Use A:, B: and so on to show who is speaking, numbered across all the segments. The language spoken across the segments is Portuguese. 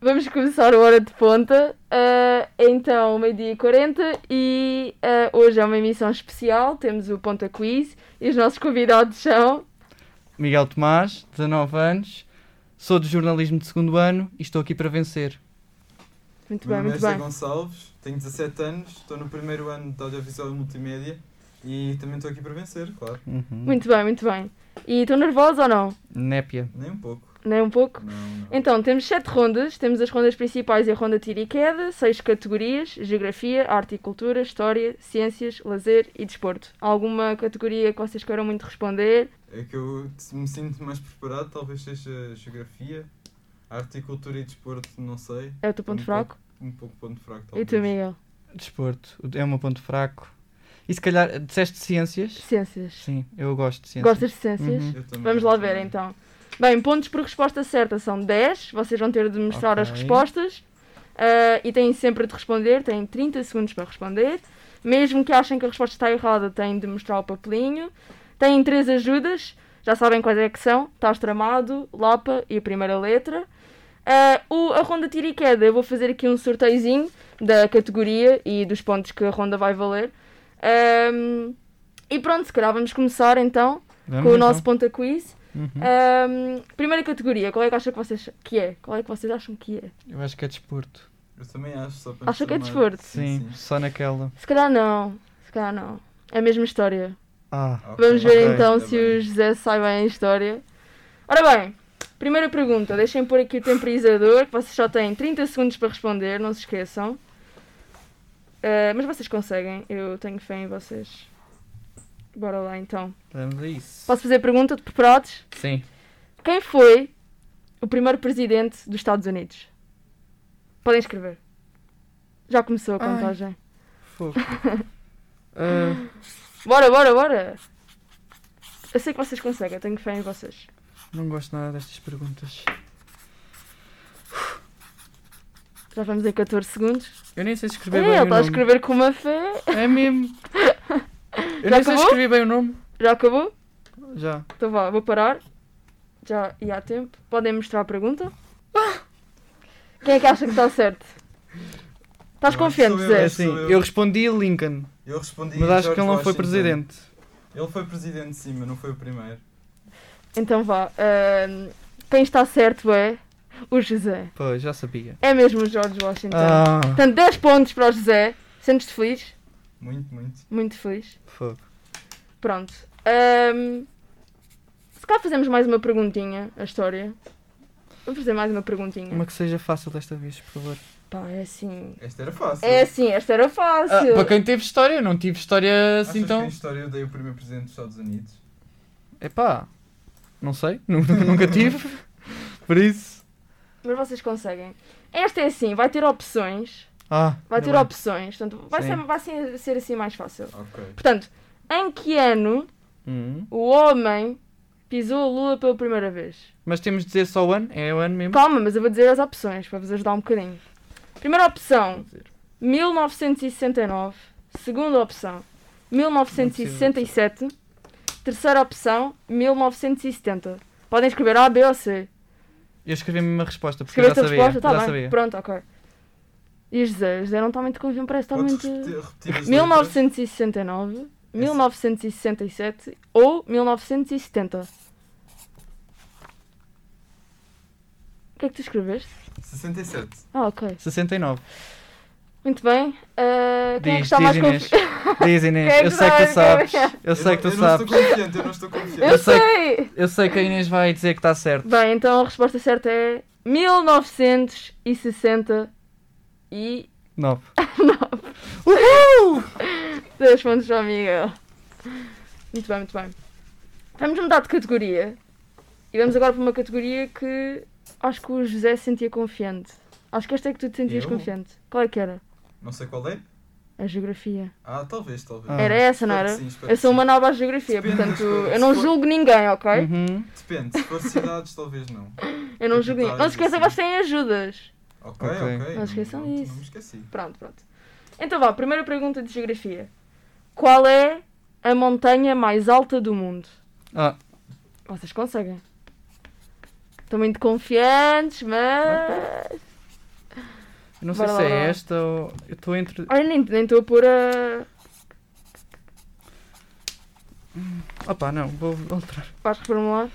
A: vamos começar a hora de ponta. Ah, então, meio-dia e 40 e ah, hoje é uma emissão especial. Temos o Ponta Quiz e os nossos convidados são.
B: Miguel Tomás, 19 anos, sou de jornalismo de segundo ano e estou aqui para vencer.
A: Muito
C: Meu
A: bem,
C: nome é
A: muito
C: José
A: bem.
C: Gonçalves, tenho 17 anos, estou no primeiro ano de audiovisual e multimédia e também estou aqui para vencer, claro.
B: Uhum.
A: Muito bem, muito bem. E estão nervosos ou não?
B: Népia.
C: Nem um pouco.
A: Nem um pouco?
C: Não, não.
A: Então, temos sete rondas. Temos as rondas principais e a ronda tiro e queda. Seis categorias. Geografia, arte e cultura, história, ciências, lazer e desporto. Alguma categoria que vocês queiram muito responder?
C: É que eu me sinto mais preparado, talvez seja geografia, arte e cultura e desporto, não sei.
A: É o teu ponto
C: Um
A: fraco?
C: Um pouco ponto fraco,
A: E
C: talvez.
A: tu, Miguel?
B: Desporto. É um ponto fraco. E se calhar, disseste ciências?
A: Ciências.
B: Sim, eu gosto de ciências.
A: Gostas de ciências?
B: Uhum.
C: Eu também.
A: Vamos lá ver então. Bem, pontos por resposta certa são 10. Vocês vão ter de mostrar as
B: Ok.
A: respostas ah, e têm sempre de responder. Têm 30 segundos para responder. Mesmo que achem que a resposta está errada, têm de mostrar o papelinho. Têm três ajudas. Já sabem quais é que são: Tás Tramado, Lapa e a primeira letra. Ah, o, a ronda tiro e queda, eu vou fazer aqui um sorteiozinho da categoria e dos pontos que a ronda vai valer. Ahm, e pronto, se calhar vamos começar então
B: Vamos
A: com o
B: então?
A: nosso ponta quiz.
B: Uhum.
A: Ahm, primeira categoria, qual é que acham que vocês que é? Qual é que vocês acham que é?
B: Eu acho que é desporto.
C: Eu também acho, só para
A: Acham que é
C: informar.
A: desporto?
B: Sim, só naquela.
A: Se calhar não, se calhar não. É a mesma história.
B: Ah,
C: Ah, ok.
A: Vamos ver
B: Ok,
A: então
C: tá
A: se
C: bem.
A: o José sai bem a história. Ora bem, primeira pergunta, deixem pôr aqui o temporizador, que vocês só têm 30 segundos para responder, não se esqueçam. Ah, mas vocês conseguem, eu tenho fé em vocês. Bora lá então.
B: vamos a isso.
A: Posso fazer a pergunta de preparados?
B: Sim.
A: Quem foi o primeiro presidente dos Estados Unidos? Podem escrever. Já começou a
B: Ai.
A: contagem.
B: Fogo. Ah,
A: Bora, bora, bora! Eu sei que vocês conseguem, eu tenho fé em vocês.
B: não gosto nada destas perguntas.
A: Já vamos em 14 segundos.
B: Eu nem sei se escrever
A: Ei,
B: bem
A: É, ele
B: o
A: está a
B: nome.
A: escrever com uma fé.
B: É mesmo.
A: Já
B: Eu nem sei se
A: acabou?
B: escrever bem o nome.
A: Já acabou?
B: Já.
A: Então vá, vou parar. Já e há tempo. Podem mostrar a pergunta. Quem é que acha que está certo? Estás
C: Eu acho que
A: confiante,
C: sou eu,
B: É
A: Zé?
C: acho-
B: assim,
C: Sou eu.
B: eu respondi Lincoln,
C: Eu respondi
B: mas acho que
C: George
B: ele não foi
C: Washington.
B: presidente.
C: Ele foi presidente, sim, mas não foi o primeiro.
A: Então vá. ahm, quem está certo é o José.
B: Pois, já sabia.
A: É mesmo o George Washington.
B: Ah,
A: Portanto, 10 pontos para o José. Sentes-te feliz?
C: Muito, muito.
A: Muito feliz.
B: fogo.
A: Pronto. Ahm, se calhar fazemos mais uma perguntinha, a história. Vou fazer mais uma perguntinha.
B: Uma que seja fácil desta vez, por favor.
A: Pá, é assim.
C: Esta era fácil.
A: É assim, esta era
B: Ah,
A: fácil.
D: para quem teve história, eu não tive história
C: Achas
D: assim
A: então-
C: que
D: tão.
C: em história eu dei o primeiro presidente dos Estados Unidos?
B: Epá, não sei, nu- nunca tive. Por isso.
A: Mas vocês conseguem. Esta é assim, vai ter opções.
B: Ah,
A: Vai
B: ainda
A: ter
B: bem.
A: opções. Portanto, vai,
B: Sim.
A: ser, vai ser, ser assim mais fácil.
C: Ok.
A: Portanto, em que ano
B: Hum.
A: o homem pisou a lua pela primeira vez?
B: Mas temos de dizer só o ano? É o ano mesmo?
A: Calma, mas eu vou dizer as opções para vos ajudar um bocadinho. Primeira opção,
B: Vou dizer.
A: 1969. Segunda opção, 1967. Terceira opção, 1970. Podem escrever A, B ou C.
B: Eu escrevi a mesma resposta, porque eu já
A: Escreveste a
B: sabia.
A: resposta? Está
B: já
A: bem.
B: sabia.
A: Pronto, ok. E o José? O José não está muito confiante, parece que está
C: Podes
A: muito.
C: repetir, repetir as
A: 1969, 1967 ou 1970. O que é que tu escreveste?
C: letras? 67.
A: Ah, ok.
B: 69.
A: Muito bem. Ah, quem é que
B: Diz,
A: está
B: diz
A: mais
B: Inês.
A: confiante?
B: Diz Inês,
A: Quem é que
B: eu sei que tu
A: está mais
B: sabes. Eu sei que tu
C: eu
B: sabes.
C: não estou confiante, eu não estou confiante.
A: Eu
B: Eu sei
A: sei!
B: Eu sei que a Inês vai dizer que está certo.
A: Bem, então a resposta certa é 1969.
B: 9.
A: Dois pontos para o Miguel. Muito bem, muito bem. Vamos mudar de categoria. E vamos agora para uma categoria que acho que o José se sentia confiante. Acho que esta é que tu te sentias
C: Eu?
A: confiante. Qual é que era?
C: Não sei qual é.
A: A geografia.
C: Ah, talvez, talvez.
B: Ah.
A: Era essa, não
C: Espero
A: era?
C: que sim, espero
A: Eu
C: que
A: sou
C: sim.
A: uma nova à geografia,
C: Depende
A: portanto
C: das coisas.
A: eu não
C: Se for-
A: julgo ninguém, ok?
B: Uhum.
C: Depende, se for cidades, talvez não.
A: Eu não julgo ninguém. Não se esqueçam que vocês têm ajudas.
C: Ok,
B: Ok.
C: ok.
A: Não esqueçam
C: não,
A: disso.
C: Não me esqueci.
A: Pronto, pronto. Então vá, primeira pergunta de geografia. Qual é a montanha mais alta do mundo?
B: Ah,
A: Vocês conseguem. Estão muito confiantes, mas.
B: Eu não sei
A: Bora
B: se
A: lá, bora
B: é
A: lá.
B: esta ou. Eu estou entre.
A: Olha, nem nem estou a pôr a.
B: Opa, não, vou alterar.
A: Vais reformular.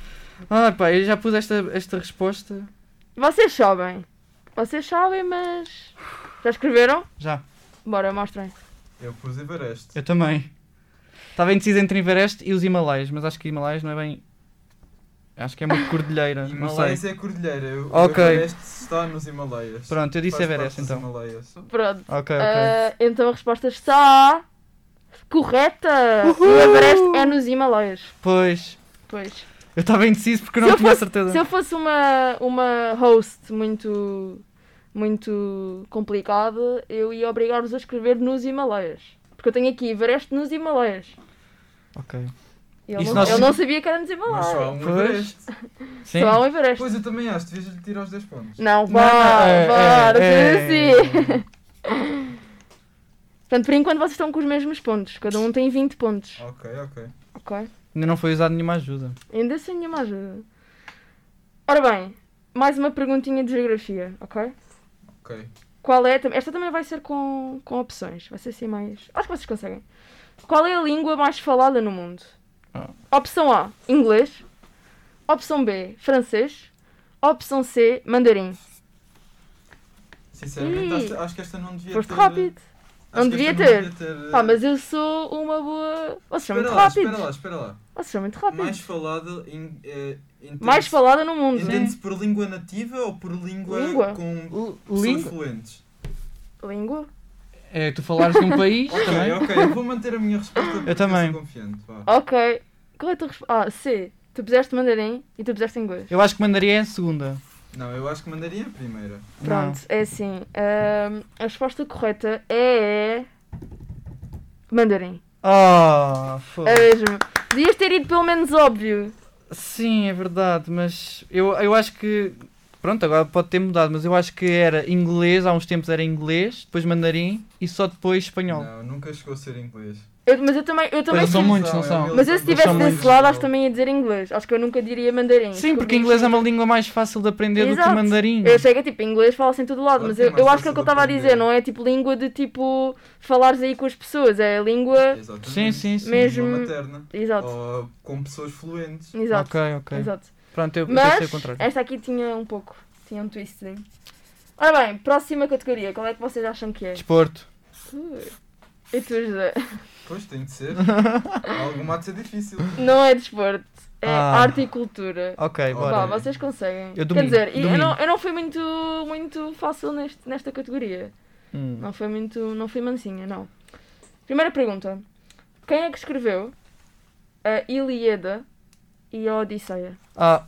B: Ah, pá, eu já pus esta, esta resposta.
A: Vocês sabem. Vocês sabem, mas. Já escreveram?
B: Já.
A: Bora, mostrem.
C: Eu pus Everest.
B: Eu também. Estava indeciso entre Everest e os Himalaias, mas acho que Himalaias não é bem. Acho que é uma cordilheira, não sei.
C: Himalaias é a cordilheira. O
B: Ok.
C: Everest está nos Himalaias.
B: Pronto, eu disse
C: Faz parte
B: Everest
C: dos
B: então.
C: Himalaias.
A: Pronto.
B: Ok, ok.
A: Ah, então a resposta está. Correta! O Everest é nos Himalaias.
B: Pois.
A: Pois.
B: Eu estava indeciso porque eu não
A: Se eu
B: tinha
A: fosse-
B: certeza.
A: Se eu fosse uma, uma host muito, muito complicada, eu ia obrigar-vos a escrever nos Himalaias. Porque eu tenho aqui Everest nos Himalaias.
B: Ok.
A: E Ele,
B: Isso
A: não,
B: nós-
A: ele não sabia que era nos
C: Mas só
A: Himalaias.
C: há um
B: Pois.
C: Everest.
B: Sim.
A: Só há um Everest.
C: Pois eu também acho, devias lhe tirar os 10 pontos.
A: Não,
B: Não,
A: vá,
B: é,
A: vá, não
B: é,
A: seja assim. Portanto, por enquanto vocês estão com os mesmos pontos. Cada um tem 20 pontos.
C: Ok, ok.
A: Ok?
B: Ainda não foi usado nenhuma ajuda.
A: Ainda sem nenhuma ajuda. Ora bem, mais uma perguntinha de geografia, ok?
C: Ok.
A: Qual é. tam- Esta também vai ser com, com opções. Vai ser assim mais. Acho que vocês conseguem. Qual é a língua mais falada no mundo?
B: Ah.
A: Opção A, inglês. Opção B, francês. Opção C, mandarim.
C: Sinceramente,
A: Ih.
C: acho, acho que esta não devia
A: Foste
C: ter.
A: rápido. Não
C: acho que
A: devia
C: esta
A: ter.
C: Não devia ter.
A: Pá, mas eu sou uma boa. Vocês são
C: espera
A: muito
C: lá, espera
A: rápidos.
C: lá, espera lá.
A: Vocês são muito rápidos.
C: Mais
A: Mais,
C: falada em. eh, entende-se-
A: falada no mundo.
C: Entende-se por língua nativa ou por língua,
A: Língua.
C: com pessoas
B: Língua?
C: fluentes?
A: Língua?
B: É tu falares de um país
C: Ok,
B: também.
C: ok, eu vou manter a minha resposta porque
B: também.
C: sou confiante. vá.
A: Ok. Qual é a tua resposta? Ah, C. Tu puseste mandarim e tu puseste inglês.
B: Eu acho que mandaria é a segunda.
A: Oh.
C: Não, eu acho que mandaria a primeira.
A: Pronto, é assim. ahm, a resposta correta é. Mandarim.
B: Ah, foda
A: É mesmo. Devias ter ido pelo menos óbvio.
B: Sim, é verdade, mas eu, eu acho que. Pronto, agora pode ter mudado, mas eu acho que era inglês, há uns tempos era inglês, depois mandarim e só depois espanhol.
C: Não, nunca chegou a ser inglês.
A: Eu- mas eu também. Eu também
B: Mas são
A: se-
B: muitos, não
C: é
B: são?
C: uma
A: mas eu se
C: ilusão,
A: estivesse
B: são
A: desse
B: muitos.
A: lado, acho que também ia dizer inglês. Acho que eu nunca diria mandarim.
B: Sim, porque
A: Descobri
B: inglês é
A: isto.
B: uma língua mais fácil de aprender do
A: Exato.
B: que mandarim.
A: Eu sei que é tipo, inglês fala-se em todo lado,
C: Claro
A: mas
C: que é
A: eu,
C: mais
A: eu acho que é o que eu
C: fácil
A: estava a dizer,
C: aprender.
A: não é tipo língua de tipo falares aí com as pessoas, é a língua.
C: Exatamente.
B: Sim, sim, sim.
A: Mesmo-
C: Língua materna.
A: Exato,
C: Ou com pessoas fluentes.
A: é exato,
B: Ok, ok.
A: exato.
B: Pronto, eu eu pensei
A: Mas
B: o contrário.
A: esta aqui tinha um pouco, tinha um twistzinho. Ora bem, próxima categoria, qual é que vocês acham que é?
B: Desporto.
A: Uh, E tu, José?
C: Pois tem de ser. Alguma há de ser difícil.
A: Não é desporto, é
B: Ah.
A: arte e cultura.
B: Ok,
C: Ora.
A: Vá,
B: bora.
A: vocês conseguem.
B: Eu
A: Quer
B: domino,
A: dizer, e eu
B: domino.
A: não, eu não fui muito, muito fácil neste, nesta categoria.
B: Hum.
A: Não foi muito. Não fui mansinha, não. Primeira pergunta: Quem é que escreveu a Ilíada e a Odisseia?
B: Ah,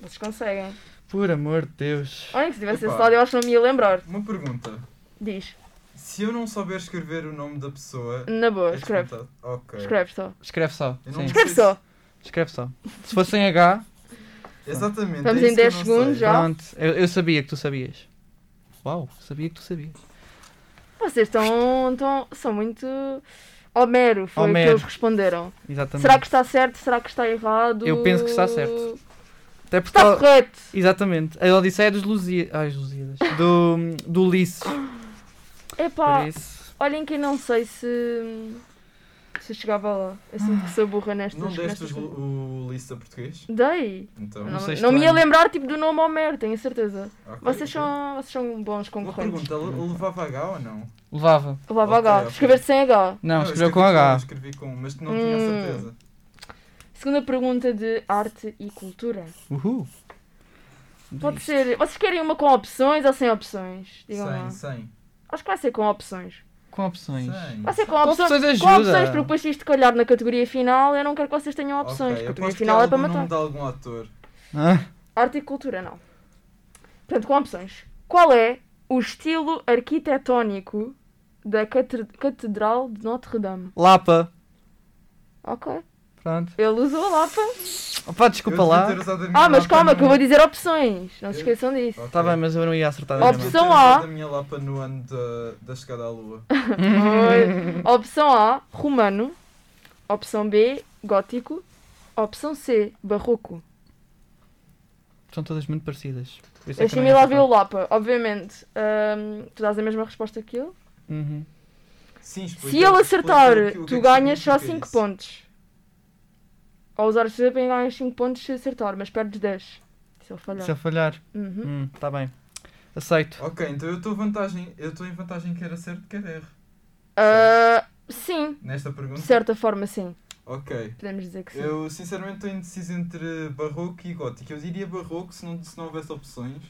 A: Vocês conseguem.
B: por amor de Deus.
A: Olha que se tivesse esse
C: Epá.
A: lado, eu acho que não me ia lembrar.
C: Uma pergunta.
A: Diz.
C: Se eu não souber escrever o nome da pessoa.
A: Na boa,
C: é
A: escreve.
C: descontado. Ok.
A: Escreve só.
B: Escreve só. Sim.
C: Eu não sei
A: Escreve
C: se-
A: só.
B: Escreve só. Se fosse em H,
C: Exatamente.
A: Estamos
C: é
A: em
C: isso que eu
A: 10
C: não
A: segundos
C: sei.
A: Já?
B: pronto. Eu, eu sabia que tu sabias. Uau, sabia que tu sabias.
A: Vocês estão. estão são muito. Homero foi o que
B: Homero.
A: eles responderam.
B: Exatamente.
A: Será que está certo? Será que está errado?
B: Eu penso que está certo. Até porque
A: Está
B: ela-
A: correto!
B: Exatamente. A Odisseia dos Lusíadas. Ai, os Lusíadas. Do, do Ulisses.
A: Epá,
B: Por isso.
A: Olhem que eu não sei se. se eu chegava lá. Eu sinto que sou burra nestas
C: Não deste
A: nestas
C: os-
A: coisas.
C: o lista português?
A: Dei!
C: Então.
A: Não,
B: Não sei
A: não me ia
B: estranho.
A: lembrar tipo, do nome Homero, tenho a certeza.
C: ok, ok.
A: Vocês são, vocês são bons
C: Tá então. Uma
A: concorrentes.
C: pergunta, le- levava H ou não?
B: Levava.
A: Levava
C: Ok,
A: H.
C: ok.
A: Escrever sem H.
B: Não,
C: eu
B: escreveu
C: escrevi
B: com H.
C: é tipo, Eu escrevi com, um, mas não tinha a
A: Hum.
C: certeza.
A: Segunda pergunta de arte e cultura.
B: Uhul.
A: Pode ser. Vocês querem uma com opções ou sem opções? Digam lá.
C: 100, 100.
A: Acho que vai ser com opções.
B: Com opções.
A: Vai
C: 100.
A: ser com
B: Com
A: opções.
B: opções
A: com
B: ajuda.
A: opções, porque depois se isto calhar na categoria final, eu não quero que vocês tenham opções.
C: Ok,
A: a categoria
C: aposto que
A: final é para
C: algum
A: matar.
C: nome de algum ator.
B: Ah,
A: Arte e cultura, não. Portanto, com opções. Qual é o estilo arquitetónico da cate- Catedral de Notre-Dame?
B: Lapa.
A: Ok.
B: Pronto.
A: Ele usou a lapa.
B: Opa, desculpa
C: Eu devia
B: lá.
C: ter usado a minha
A: Ah, mas
C: lapa
A: calma,
C: no-
A: que eu vou dizer opções. Não se esqueçam disso.
C: Ok.
B: Tá bem, mas eu não ia acertar.
C: Eu devia
B: mesmo.
A: Opção-
C: ter
A: A.
C: usado a minha lapa no ano da, da chegada à lua.
A: Oi. Opção A, romano. Opção B, gótico. Opção C, barroco.
B: São todas muito parecidas. Por isso é que eu não ia
A: Similar
B: acertar.
A: Lapa, obviamente. Ahm, tu dás a mesma resposta que ele.
B: Uhum.
C: Sim,
A: Se ele acertar,
C: é
A: tu ganhas só
C: 5
A: 5 pontos. Ao usar o CDP, ganhas 5 pontos se acertar, mas perdes 10. Se ele falhar.
B: Se eu falhar,
A: Uhum.
B: hum, tá bem. Aceito.
C: Ok, então eu estou vantagem, eu estou em vantagem quer acerto, quer erro.
A: Ah, sim,
C: Nesta pergunta.
A: de certa forma, sim.
C: Ok.
A: Podemos dizer que sim.
C: Eu sinceramente estou indeciso entre barroco e gótico. Eu diria barroco se não, se não houvesse opções.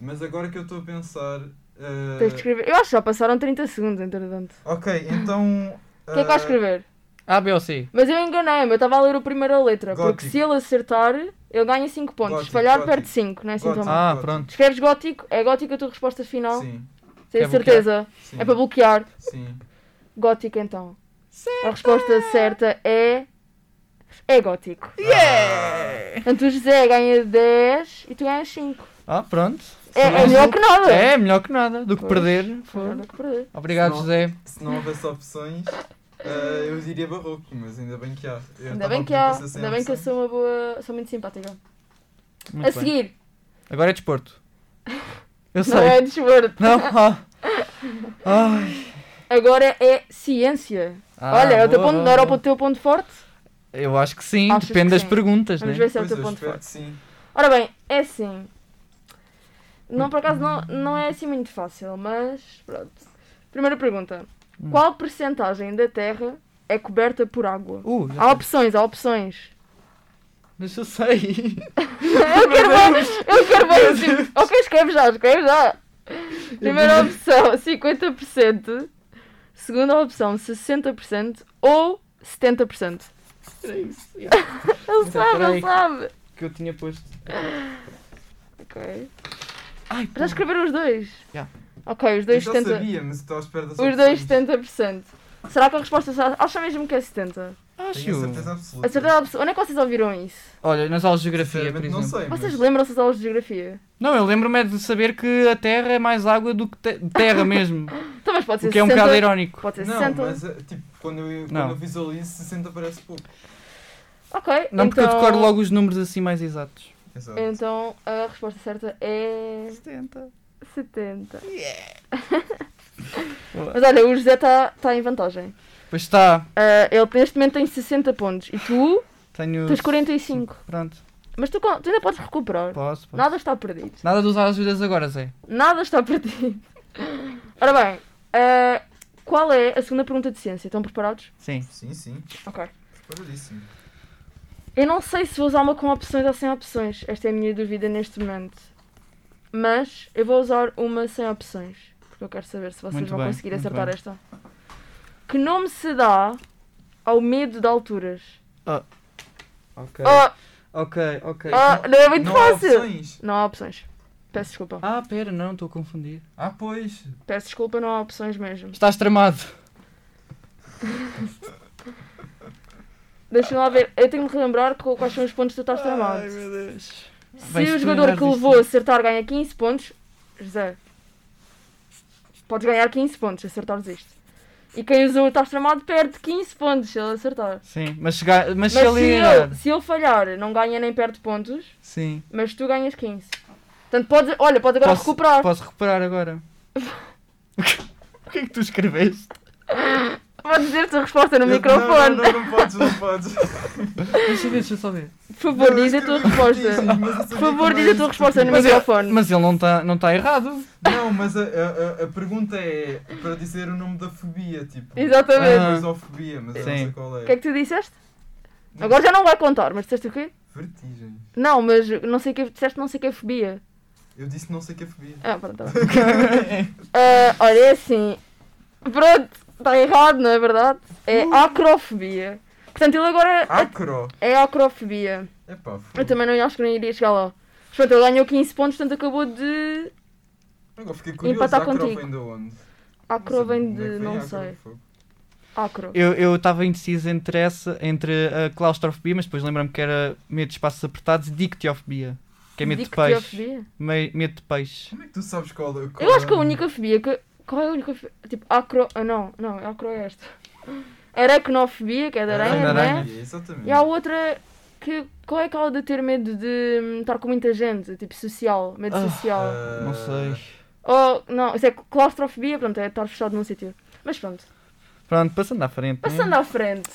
C: Mas agora que eu estou a pensar. ah,
A: Tens de escrever. Eu acho que já passaram 30 segundos, entretanto.
C: Ok, então.
A: O que é que vais escrever?
D: A, B ou C?
A: Mas eu enganei-me, eu estava a ler a primeira letra. Porque
C: Gótico.
A: se ele acertar, ele ganha 5 pontos. se
C: Gótico,
A: falhar,
C: gótico.
A: perde 5, não é assim tão
C: Gótico.
A: mal.
B: Ah, pronto.
A: Escreves gótico, é gótico a tua resposta final.
C: Sim,
A: Tenho
D: É bloquear.
A: certeza.
C: sim.
A: É para bloquear.
C: Sim.
A: Gótico então. A resposta certa é. É gótico.
C: Yeah!
A: Portanto, o José ganha 10 e tu ganhas 5.
B: Ah, pronto.
A: É, é
B: Sim.
A: melhor que nada.
B: É, melhor que nada. Do que
A: Pois.
B: perder.
A: Melhor do que perder.
B: Obrigado,
C: Não.
B: José.
C: Ah, Se não houvesse opções, ah, eu diria barroco, mas ainda bem que há. Eu
A: Ainda
C: tava
A: bem
C: a
A: que há.
C: pensar sem
A: Ainda bem que eu
C: opções.
A: sou uma boa. Sou muito simpática.
B: Muito
A: a
B: bem.
A: seguir,
B: Agora é desporto. Eu
A: não
B: sei.
A: é desporto.
B: Não. ah. Ai.
A: Agora é ciência.
B: Ah,
A: Olha, é o teu
B: boa,
A: ponto,
B: boa,
A: não era
B: boa.
A: o teu ponto forte?
B: Eu acho que sim,
A: Achas
B: depende
A: que
B: das
A: sim?
B: perguntas,
A: Vamos
B: né?
A: ver se é o
C: Pois,
A: teu
C: eu
A: ponto
C: espero
A: forte.
C: que sim.
A: Ora bem, é assim. Não, por acaso, não, não é assim muito fácil, mas pronto. Primeira pergunta.
B: Hum.
A: Qual percentagem da Terra é coberta por água?
B: Uh, já
A: Há
B: sei.
A: opções, há opções.
B: Mas eu sei.
A: Eu quero bem, eu quero bem. assim. Ok, escreve já, escreve já. Primeira opção, 50%. Segunda opção, 60%. Ou 70%. Ele sabe,
B: peraí.
A: ele sabe.
B: que eu tinha posto.
A: Ok.
B: Ai,
A: Já escreveram os dois?
B: Já.
A: Ok, os
C: Eu
A: dois
C: já
A: 70%.
C: sabia, mas estava à espera das
A: Os dois 70%. Será que a resposta será? Acho mesmo que é 70%.
B: acho.
C: Tenho a certeza absoluta.
A: A certeza absoluta. Onde é que vocês ouviram isso?
B: Olha, nas aulas de geografia, por
C: Sinceramente,
B: exemplo.
C: não sei.
A: Vocês
C: mas-
A: lembram-se das aulas de geografia?
B: Não, eu lembro-me é de saber que a Terra é mais água do que te- terra mesmo.
A: Então, mas pode ser
B: o que é um
A: 60.
B: bocado irónico.
A: Pode ser
C: Não,
A: 60.
C: mas eh, tipo, quando eu, quando
B: Não.
C: eu visualizo 60 parece pouco.
A: Ok,
B: Não, porque
A: então...
B: eu decoro logo os números assim mais exatos.
C: Exato.
A: Então, a resposta certa é...
B: 70.
A: 70. Mas olha, o José está tá em vantagem.
B: Pois está,
A: Ah, ele neste momento tem 60 pontos e tu
B: tenho.
A: tens 45.
B: Pronto,
A: Mas tu, con- tu ainda podes recuperar.
B: posso. posso.
A: Nada está perdido.
B: Nada de usar as ajudas agora, Zé.
A: Nada está perdido. Ora bem, ah, qual é a segunda pergunta de ciência? Estão preparados?
B: Sim.
C: Sim, sim.
A: Ok.
C: Preparadíssimo.
A: Eu não sei se vou usar uma com opções ou sem opções. Esta é a minha dúvida neste momento. Mas eu vou usar uma sem opções. Porque eu quero saber se vocês
B: Muito
A: vão
B: bem,
A: conseguir
B: muito
A: acertar
B: bem.
A: esta. Que nome se dá ao medo de alturas?
B: Ok.
A: Oh,
B: Ok, ok.
A: oh, não é muito
C: não há
A: fácil!
C: opções.
A: Não há opções. Peço desculpa.
B: Ah, pera, não, estou a confundir.
C: Ah, pois.
A: Peço desculpa, não há opções mesmo.
B: Estás tramado.
A: Deixa-me lá ver. Eu tenho de relembrar co- quais são os pontos que tu estás tramado.
B: Deus.
A: Se
B: Bem,
A: o
B: se tu
A: jogador
B: errares
A: que
B: isto-
A: levou acertar ganha 15 pontos, José, podes ganhar 15 pontos se acertares isto. E quem usou o tacho tramado perde 15 pontos se ele acertar.
B: Sim, mas, chega...
A: Mas
B: mas, se ele
A: se
B: errar.
A: ele, se ele falhar, não ganha nem perde pontos,
B: Sim.
A: mas tu ganhas 15. Portanto, podes, olha, pode agora
B: Posso-
A: recuperar.
B: Posso recuperar agora. o que é que tu escreveste?
A: Vou dizer-te a resposta no
C: Eu-
A: microfone.
C: Não, não, não, não podes, não podes.
B: Deixa eu ver, deixa eu só ver.
A: Por favor,
C: Não, eu
A: diz a
C: escrevi
A: tua
C: Sim,
A: resposta.
C: mas eu sabia
A: Por
C: que
A: favor,
C: não
A: diz
C: era
A: a tua
C: isso.
A: resposta no
B: Mas eu-
A: microfone.
B: Mas ele não está não tá errado.
C: Não, mas a, a, a- a pergunta é para dizer o nome da fobia, tipo.
A: Exatamente.
B: Ah.
C: Misofobia, mas eu não
B: Sim.
C: sei qual
A: O
C: é.
A: que é que tu disseste? Agora já não vai contar, mas disseste o quê?
C: Vertigem.
A: Não, mas não sei o que disseste, não sei o que é fobia.
C: Eu disse não sei que é fobia.
A: Ah, pronto, tá bem. Ah, olha, é assim. Pronto, está errado, não é verdade? É acrofobia. Portanto, ele agora at-
C: Acro.
A: é acrofobia.
C: Epá,
A: Eu
C: fogo.
A: também não acho que não iria chegar lá. Mas pronto, ele ganhou 15 pontos, portanto acabou de.
C: Agora fiquei curioso.
A: Empatar
C: acro
A: contigo.
C: vem de onde?
A: Acro vem
C: Onde é que
A: de. Não
C: acro,
A: sei.
C: fogo?
A: Acro.
B: Eu estava indeciso entre essa, entre a claustrofobia, mas depois lembro-me que era medo de espaços apertados e dictiofobia. Que é medo de peixe.
A: Dictiofobia?
B: Mei- medo de peixe.
C: Como é que tu sabes qual é qual
A: Eu acho que a
C: é?
A: única fobia que. Qual é a única fobia? Tipo, acro. Ah, não, não, acro é esta. Aracnofobia, que é da aranha,
B: da
A: não é?
B: aranha.
C: Exatamente.
A: E há outra que, qual é aquela de ter medo de hum, estar com muita gente? Tipo, social, medo
B: Ah.
A: social.
B: Não sei.
A: Ou, não, isso é claustrofobia, pronto, é estar fechado num sítio. Mas pronto,
B: Pronto, passando à frente. né?
A: passando à frente.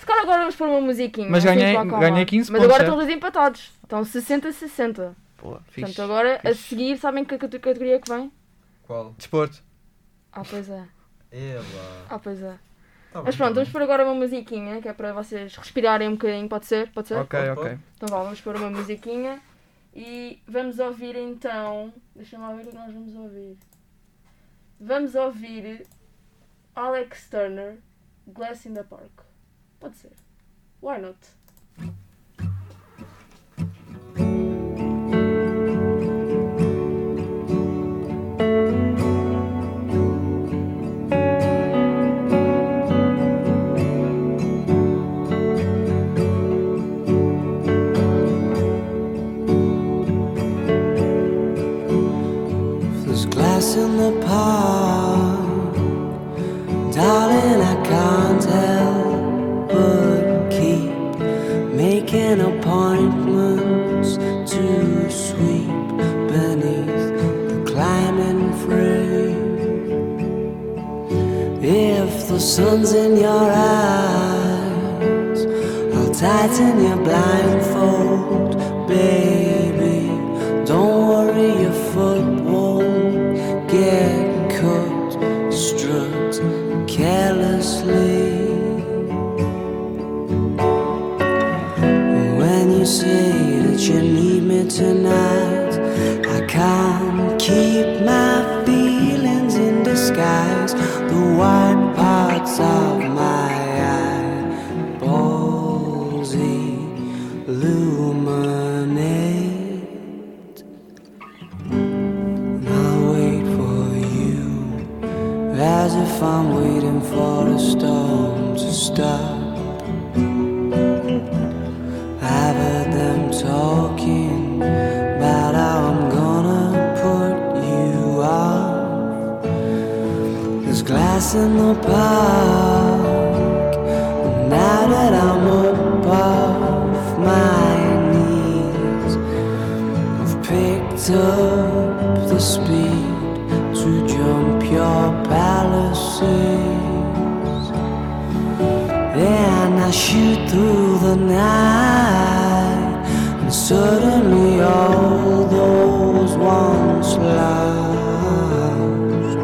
A: Se calhar agora vamos pôr uma musiquinha.
B: Mas
A: um sítio
B: ganhei-
A: para acalmar.
B: ganhei 15
A: Mas agora
B: pontos,
A: estão todos empatados. Estão 60-60.
B: Boa, fixe.
A: Portanto, agora a
B: fixe.
A: seguir, sabem que cate- categoria é que vem?
C: Qual?
B: Desporto.
A: Ah, pois é.
C: É lá.
A: Ah, pois é.
C: Tá
A: Mas
C: bem,
A: pronto,
C: tá
A: vamos pôr agora uma musiquinha, que é para vocês respirarem um bocadinho, pode ser? Pode ser?
B: Ok,
C: Pode,
B: ok.
A: Então vá, vamos pôr uma musiquinha e vamos ouvir então. Deixa-me lá ver o que nós vamos ouvir. Vamos ouvir Alex Turner, Glass in the Park. Pode ser. Why not?
E: There's glass in the park. Darling, I can't help but keep making appointments to sweep beneath the climbing frame. If the sun's in your eyes, I'll tighten your blindfold, baby. Don't worry, your foot won't get cut. Strut carelessly. When you say that you need me tonight, I can't keep my feelings in disguise. The white parts of my eyeballs illuminate. And I'll wait for you as if I'm waiting for a storm to stop. I've heard them talking about how I'm gonna put you off. There's glass in the park, and now that I'm up off my knees, I've picked up the speed to jump your palaces. Then I shoot through the night, and suddenly all those once lost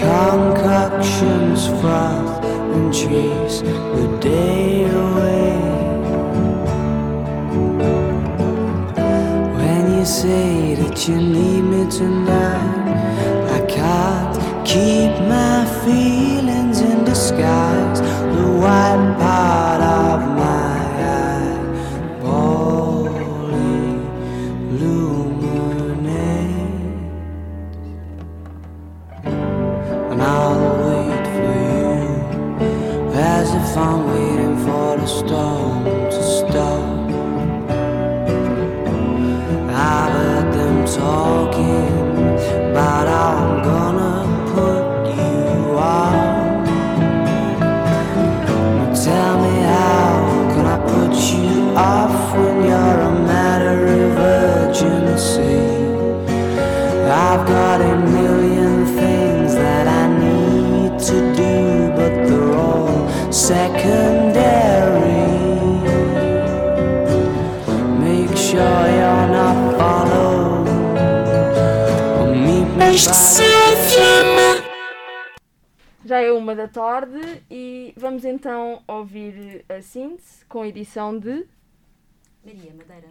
E: concoctions froth and chase the day away. When you say that you need me tonight, I can't keep my feelings in disguise. The white part of my eyeball illuminate. And I'll wait for you as if I'm waiting for the storm to stop. I've heard them talking about how I'm gonna put you on. Now Tell me how can I put you off when you're a matter of urgency? I've got a million things that I need to do, but they're all secondary. Make sure you're not followed. Or meet me by
A: Já é uma da tarde e vamos então ouvir a síntese com edição de.
F: Maria Madeira.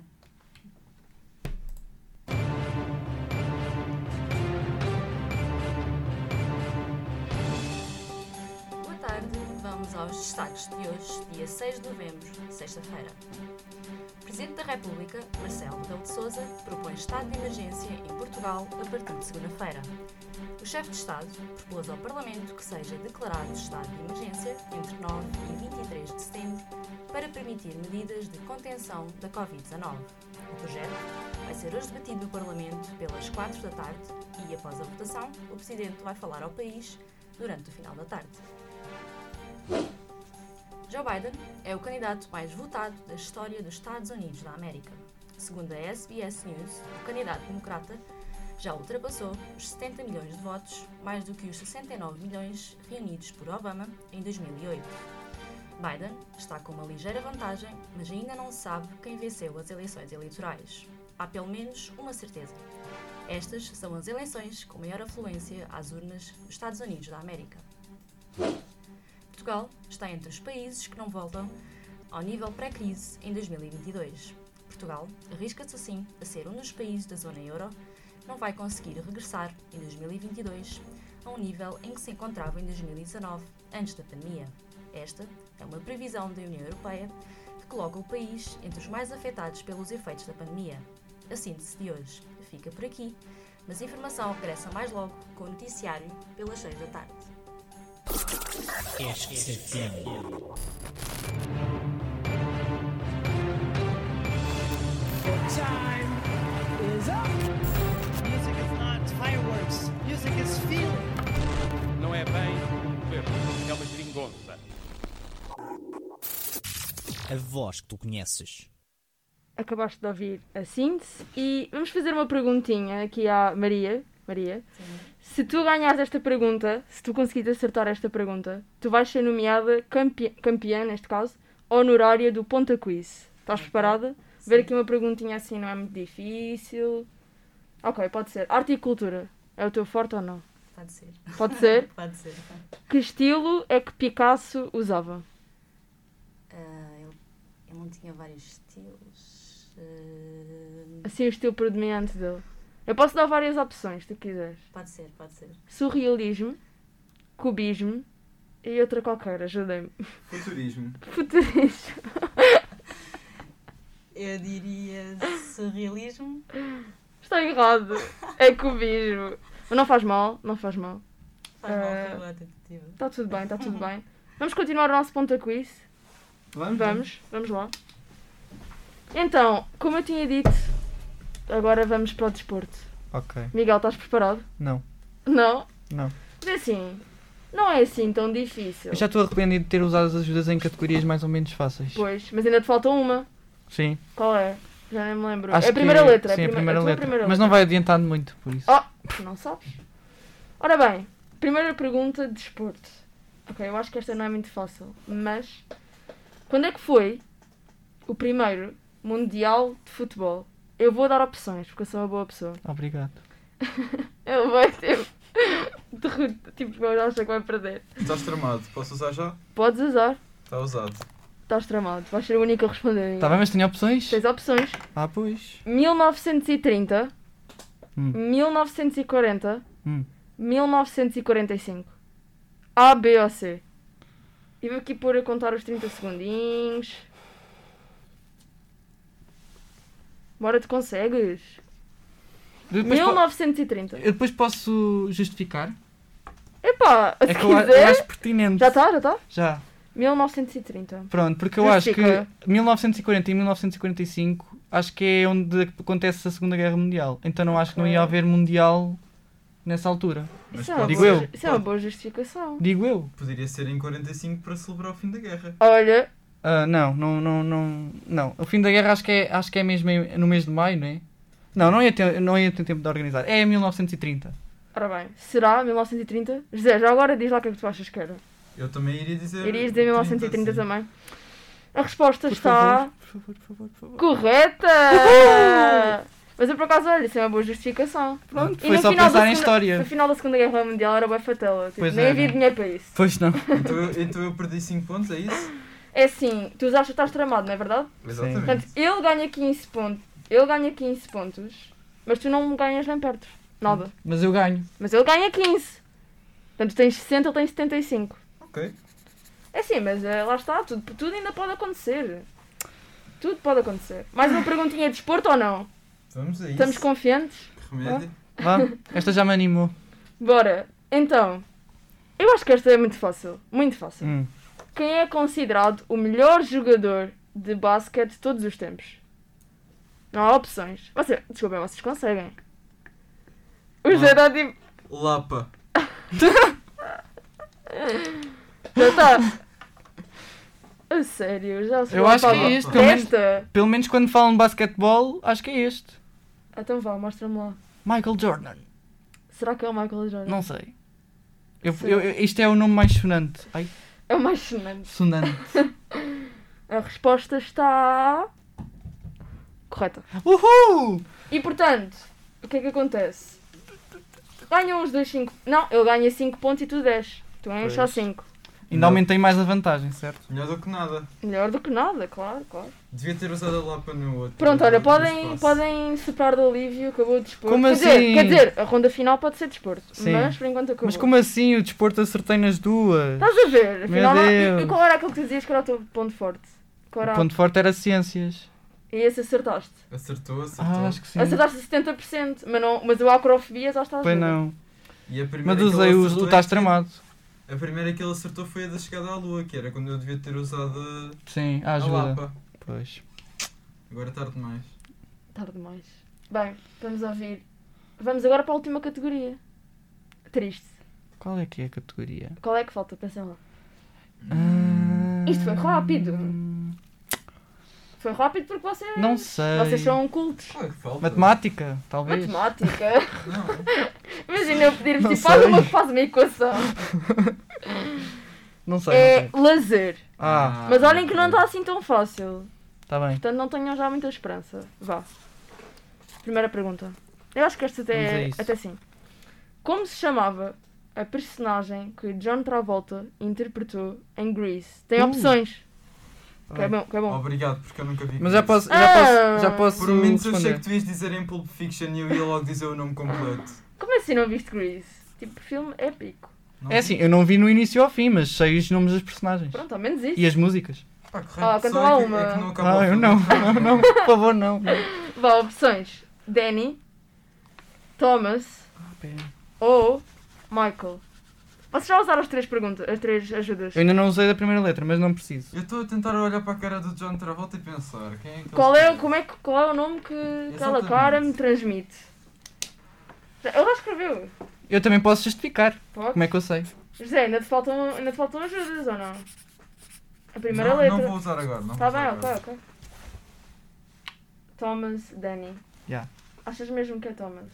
F: Boa tarde, vamos aos destaques de hoje, dia 6 de novembro, sexta-feira. Presidente da República, Marcelo Rebelo de Souza, propõe estado de emergência em Portugal a partir de segunda-feira. O chefe de Estado propôs ao Parlamento que seja declarado estado de emergência entre 9 e 23 de setembro para permitir medidas de contenção da Covid-19. O projeto vai ser hoje debatido no Parlamento pelas 4 da tarde e, após a votação, o Presidente vai falar ao país durante o final da tarde. Joe Biden é o candidato mais votado da história dos Estados Unidos da América. Segundo a SBS News, o candidato democrata já ultrapassou os 70 milhões de votos, mais do que os 69 milhões reunidos por Obama em 2008. Biden está com uma ligeira vantagem, mas ainda não se sabe quem venceu as eleições eleitorais. Há pelo menos uma certeza. Estas são as eleições com maior afluência às urnas dos Estados Unidos da América. Portugal está entre os países que não voltam ao nível pré-crise em 2022. Portugal arrisca-se assim a ser um dos países da zona euro que não vai conseguir regressar em 2022 a um nível em que se encontrava em 2019, antes da pandemia. Esta é uma previsão da União Europeia que coloca o país entre os mais afetados pelos efeitos da pandemia. A síntese de hoje fica por aqui, mas a informação regressa mais logo com o noticiário pelas 6 da tarde.
G: Time is up. Music is not fireworks. Music is feeling.
H: Não é bem um governo, é uma geringonça.
I: A voz que tu conheces.
A: Acabaste de ouvir a síntese e vamos fazer uma perguntinha aqui à Maria. Maria, se tu ganhares esta pergunta, se tu conseguires acertar esta pergunta, tu vais ser nomeada campeã, campeã neste caso, honorária do Ponta Quiz. Estás preparada? Ver aqui uma perguntinha assim não é muito difícil. Ok, pode ser. Arte e cultura, é o teu forte ou não?
F: Pode ser.
A: Pode ser?
F: Pode ser.
A: que estilo é que Picasso usava?
F: Ah, ele, ele não tinha vários estilos. Ah,
A: Assim o estilo predominante dele. Eu posso dar várias opções, se tu quiseres.
F: pode ser, pode ser.
A: Surrealismo, cubismo e outra qualquer, ajudem-me.
C: Futurismo.
A: Futurismo.
F: Eu diria surrealismo.
A: Está errado. É cubismo. Mas não faz mal, não faz mal.
F: Faz mal,
A: Ah.
F: foi boa tentativa.
A: Está tudo bem, está tudo bem. Vamos continuar o nosso ponta quiz.
C: Vamos?
A: Vamos, vamos lá. Então, como eu tinha dito, agora vamos para o desporto.
B: Ok.
A: Miguel, estás preparado?
B: Não.
A: Não?
B: Não.
A: Mas é assim, não é assim tão difícil.
B: Eu já estou arrependido de ter usado as ajudas em categorias mais ou menos fáceis.
A: Pois, mas ainda te falta uma.
B: Sim.
A: Qual é? Já nem me lembro.
B: Acho
A: é a primeira
B: que-
A: letra.
B: Sim,
A: é
B: a primeira
A: tua
B: letra. Mas não vai adiantar muito, por isso.
A: Oh, Não sabes? Ora bem, primeira pergunta de desporto. Ok, eu acho que esta não é muito fácil, mas quando é que foi o primeiro Mundial de Futebol? Eu vou dar opções, porque eu sou uma boa pessoa.
B: Obrigado.
A: Ele vai ter. derrota, tipo, eu acho que vai perder.
C: Estás tramado. Tá Posso usar já?
A: Podes usar,
C: Está usado.
A: estás tramado, vais ser o único a responder.
B: Tá bem, mas tenho opções?
A: Tens opções:
B: Ah, pois.
A: 1930,
B: Hum.
A: 1940,
B: Hum.
A: 1945. A, B ou C. E vou aqui pôr a contar os 30 segundinhos. Bora, tu consegues?
B: Eu Depois po-
A: 1930.
B: eu depois posso justificar?
A: Epá, Ah, se
B: É que eu, a- eu
A: quiser.
B: acho pertinente.
A: Já tá. está, já está?
B: Já.
A: 1930.
B: Pronto, porque eu
A: Justifica.
B: acho que 1940 e 1945 acho que é onde acontece a Segunda Guerra Mundial. Então não acho que não ia
A: Ok.
B: haver mundial nessa altura.
C: Mas
A: Isso é, uma
B: pode-
A: boa,
B: Digo eu.
A: isso é uma boa justificação.
B: Digo eu.
C: Poderia ser em 45 para celebrar o fim da guerra.
A: Olha,
B: Ah, não, não, não, não, não. O fim da guerra acho que é, acho que é mesmo em- no mês de maio, não é? Não, não ia ter, não ia ter tempo de organizar. É 1930.
A: ora bem, será 1930? José, já agora diz lá o que é que tu achas que era.
C: Eu também iria dizer.
A: Irias dizer 1930
C: sim.
A: também. A resposta
B: Por
A: está
B: favor, por favor, por favor, por favor.
A: correta! Mas eu por acaso, olha, isso é uma boa justificação.
B: Pronto,
A: no
B: foi só
A: final da
B: pensar
A: segunda-
B: em
A: No
B: história.
A: final da Segunda Guerra Mundial era boa fatela. Tipo,
B: Pois
A: nem
B: era.
A: havia dinheiro para isso.
B: Pois não.
C: Então eu, então eu perdi 5 pontos, é isso?
A: É assim, tu achas que estás tramado, não é verdade? Portanto, ele ganha 15 pontos. Ele ganha 15 pontos, mas tu não ganhas nem perto. Nada.
B: Mas eu ganho.
A: Mas ele ganha 15. Portanto, tens 60, ele tem 75.
C: Ok.
A: É sim, mas eh, lá está, tudo, tudo ainda pode acontecer. Tudo pode acontecer. Mais uma perguntinha de desporto ou não?
C: Vamos a isso.
A: Estamos confiantes?
C: Remédio.
B: Vá, esta já me animou.
A: Bora. Então, eu acho que esta é muito fácil. Muito fácil.
B: Hum.
A: Quem é considerado o melhor jogador de basquete de todos os tempos? Não há opções. Você, desculpem, vocês conseguem. O José está tipo.
C: Lapa.
A: Já está. tá. A sério, já se
B: Eu acho que é isto, pelo menos-
A: Esta.
B: Pelo menos quando falam de basquetebol, acho que é este.
A: Então vá, mostra-me lá.
B: Michael Jordan.
A: Será que é o Michael Jordan?
B: Não sei. Eu-
A: Sei.
B: eu- eu- isto é o nome mais sonante. Ai,
A: É o mais sonante.
B: sonante.
A: A resposta está. correta.
B: Uhul!
A: E portanto, o que é que acontece? Ganham os dois 5. Não, ele ganha 5 pontos e tu 10. Tu ganhas só
B: Pois.
A: 5.
B: Ainda
C: Não.
B: aumentei mais a vantagem, certo?
C: Melhor do que nada.
A: Melhor do que nada, claro, claro.
C: Devia ter usado a lapa no outro.
A: Pronto,
C: No
A: olha,
C: outro
A: podem,
C: espaço.
A: podem separar do alívio, acabou o desporto.
B: Como
A: quer
B: assim?
A: dizer, quer dizer, a ronda final pode ser desporto.
B: Sim.
A: Mas por enquanto acabou.
B: Mas como assim? O desporto acertei nas duas.
A: Estás a ver? Afinal,
B: Meu
A: não-
B: Deus.
A: E qual era aquilo que tu dizias que era o teu ponto forte? Qual era?
B: O ponto forte era ciências.
A: E esse acertaste.
C: Acertou, acertou.
B: Ah, acho que sim.
A: Acertaste 70%, mas, não, mas o acrofobia já está
B: Pois
A: a
B: não.
C: E a primeira
B: Mas
C: que ele
B: usei o,
C: acertou
B: o
C: é
B: tás
C: que-
B: tramado.
C: A primeira que ele acertou foi a da chegada à lua, que era quando eu devia ter usado
B: Sim, a
C: a, a
B: ajuda.
C: lapa.
B: Pois.
C: Agora é tarde demais.
A: Tarde demais. Bem, vamos ouvir. Vamos agora para a última categoria. Triste.
B: Qual é que é a categoria?
A: Qual é que falta? Pensem lá.
B: Ah,
A: Hum. Isto foi rápido. Foi rápido porque vocês.
B: Não sei.
A: Vocês são cultos.
C: Qual é que falta?
B: Matemática, talvez.
A: Matemática.
C: Não,
A: Imagina eu pedir-vos
B: Não
A: tipo, faz
B: sei.
A: uma, faz uma equação.
B: Não sei.
A: É
B: não sei.
A: lazer.
B: Ah,
A: Mas olhem que não está assim tão fácil.
B: tá bem.
A: Portanto, não tenham já muita esperança. Vá. Primeira pergunta. Eu acho que esta
B: Vamos a
A: até, é
B: isso.
A: até sim. Como se chamava a personagem que John Travolta interpretou em Grease? Tem
B: Uh.
A: opções.
B: Tá
A: Que é
B: bem.
A: bom, que é bom.
C: Obrigado, porque eu nunca vi.
B: Mas já
C: Grease.
B: posso, já
A: Ah.
B: posso, já posso
C: Por um momento eu achei
B: responder.
C: que tu ias dizer em Pulp Fiction e eu ia logo dizer o nome completo.
A: Como assim não viste Grease? Tipo, filme épico.
C: Não?
B: É assim, eu não vi no início ao fim, mas sei os nomes dos personagens.
A: Pronto, ao menos isso.
B: E as músicas.
C: Pá, correto.
A: Ah, canta
C: Só
A: lá
C: é que-
A: uma.
C: é que não acaba o
B: Ah, eu
C: filme.
B: não, não, não, por favor, não.
A: Vá, opções. Danny, Thomas
B: Ah, pera.
A: ou Michael. Vocês já usaram as três perguntas, as três ajudas.
B: Eu ainda não usei da primeira letra, mas não preciso.
C: Eu estou a tentar olhar para a cara do John Travolta e pensar. Quem é que
A: Qual
C: ele
A: é, o-
C: escolheu?
A: como é, que- qual é o nome que aquela
C: Exatamente.
A: cara me transmite? Ele já escreveu.
B: Eu também posso justificar.
A: Pode?
B: Como é que eu sei?
A: José, ainda te, faltam, ainda te faltam ajudas ou não? A primeira
C: não,
A: letra.
C: Não vou usar agora, não
A: Tá
C: vou
A: bem,
C: usar
A: ok,
C: agora.
A: ok. Thomas, Danny.
B: Já.
A: Achas mesmo que é Thomas?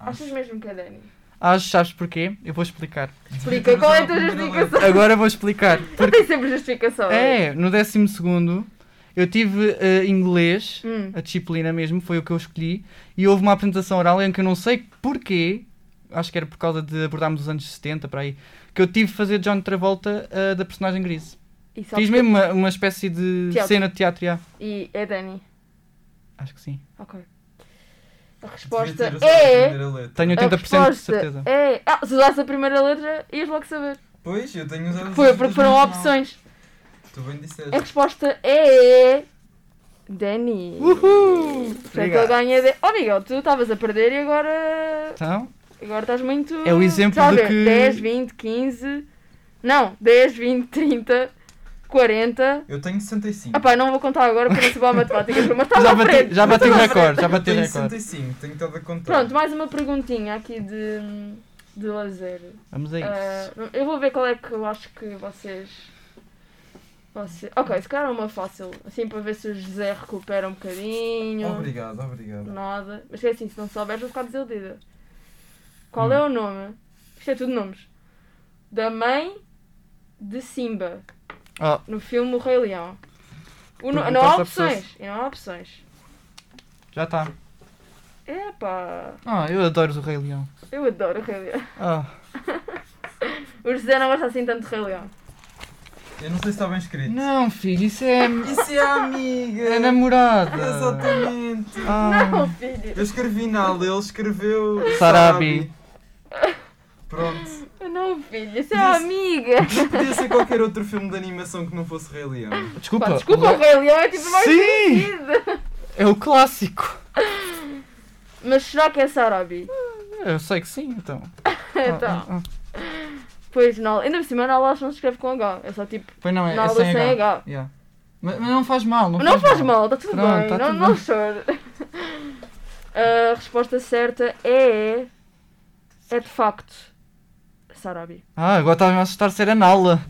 C: Acho.
A: Achas mesmo que é Danny?
B: Acho, sabes porquê? Eu vou explicar.
A: Explica, qual é a tua justificação?
B: Agora vou explicar.
A: Tu tens sempre justificação.
B: É, no décimo segundo eu tive eh, inglês,
A: Hum.
B: a disciplina mesmo, foi o que eu escolhi, e houve uma apresentação oral em que eu não sei porquê, acho que era por causa de abordarmos os anos 70 para aí, que eu tive de fazer John Travolta eh, da personagem Gris.
A: E só porque-
B: Fiz mesmo uma, uma espécie de
A: Teatro.
B: cena de teatro, já.
A: E é Danny.
B: acho que sim.
A: Ok. A resposta
C: Devia ter usado a
A: é.
C: primeira letra.
B: Tenho
A: A
B: 80% de
A: resposta
B: certeza.
A: É. Ah, se usasse a primeira letra, ias logo saber.
C: Pois, eu tenho usado as
A: Foi,
C: outras,
A: porque
C: mas
A: foram
C: não.
A: opções.
C: Tu bem disseste.
A: A resposta é. Danny.
B: Uhul!
A: Portanto, ele
B: Obrigado.
A: ganha. De... Oh, Miguel, tu estavas a perder e agora.
B: Então,
A: Agora estás muito.
B: É o exemplo
A: Estás a ver?
B: do que-
A: 10, 20, 15. Não, 10, 20, 30, 40.
C: Eu tenho 65.
A: Ah, pá, não vou contar agora para não se a matemática, mas estás
B: já
A: à frente.
B: bati, já bati o
A: Estás à
B: recorde, já bati o
C: tenho
B: recorde.
C: 65, tenho estado a contar.
A: Pronto, mais uma perguntinha aqui de, de lazer.
B: Vamos a
A: Ah,
B: isso.
A: eu vou ver qual é que eu acho que vocês. vocês... Ok, se calhar é uma fácil, assim para ver se o José recupera um bocadinho.
C: Obrigado, obrigado.
A: Nada. Mas é assim, se não souberes, vou ficar desiludida.
B: Hum.
A: Qual é o nome? Isto é tudo nomes. Da mãe de Simba.
B: Ah.
A: No filme O Rei Leão. O no-
B: Perguntaste
A: Não há
B: à pessoa
A: opções. E não há opções.
B: Já está.
A: Epá,
B: Ah, eu adoro o Rei Leão.
A: eu adoro o Rei Leão.
B: Ah,
A: O José não gosta assim tanto de Rei Leão.
C: Eu não sei se está bem escrito.
B: Não, filho, isso é.
C: Isso é a amiga!
B: É namorada.
C: Exatamente!
B: Ah,
A: Não, filho.
C: Eu escrevi Nala, ele escreveu.
B: Sarabi.
C: Pronto.
A: Não, filho. Isso é uma
C: Disse-
A: amiga.
C: Podia ser qualquer outro filme de animação que não fosse Rei Leão.
B: Desculpa.
A: Pá, desculpa, o Rei Leão é tipo mais
B: Sim!
A: conhecido.
B: É o clássico.
A: Mas será que é Sarabi?
B: Eu sei que sim, então.
A: Então,
B: Ah, ah,
A: pois não. Ainda por cima, não, não se escreve com H. É só tipo,
B: ah. Pois não, é, é
A: Nala
B: sem H.
A: H.
B: Yeah. Mas, mas não faz mal, não,
A: Não, faz mal, está tudo
B: Pronto,
A: bem,
B: tá
A: não,
B: tudo
A: não
B: bem.
A: chore. A resposta certa é. É de facto. Sarabi.
B: Ah, agora estava-me a assustar ser a Nala.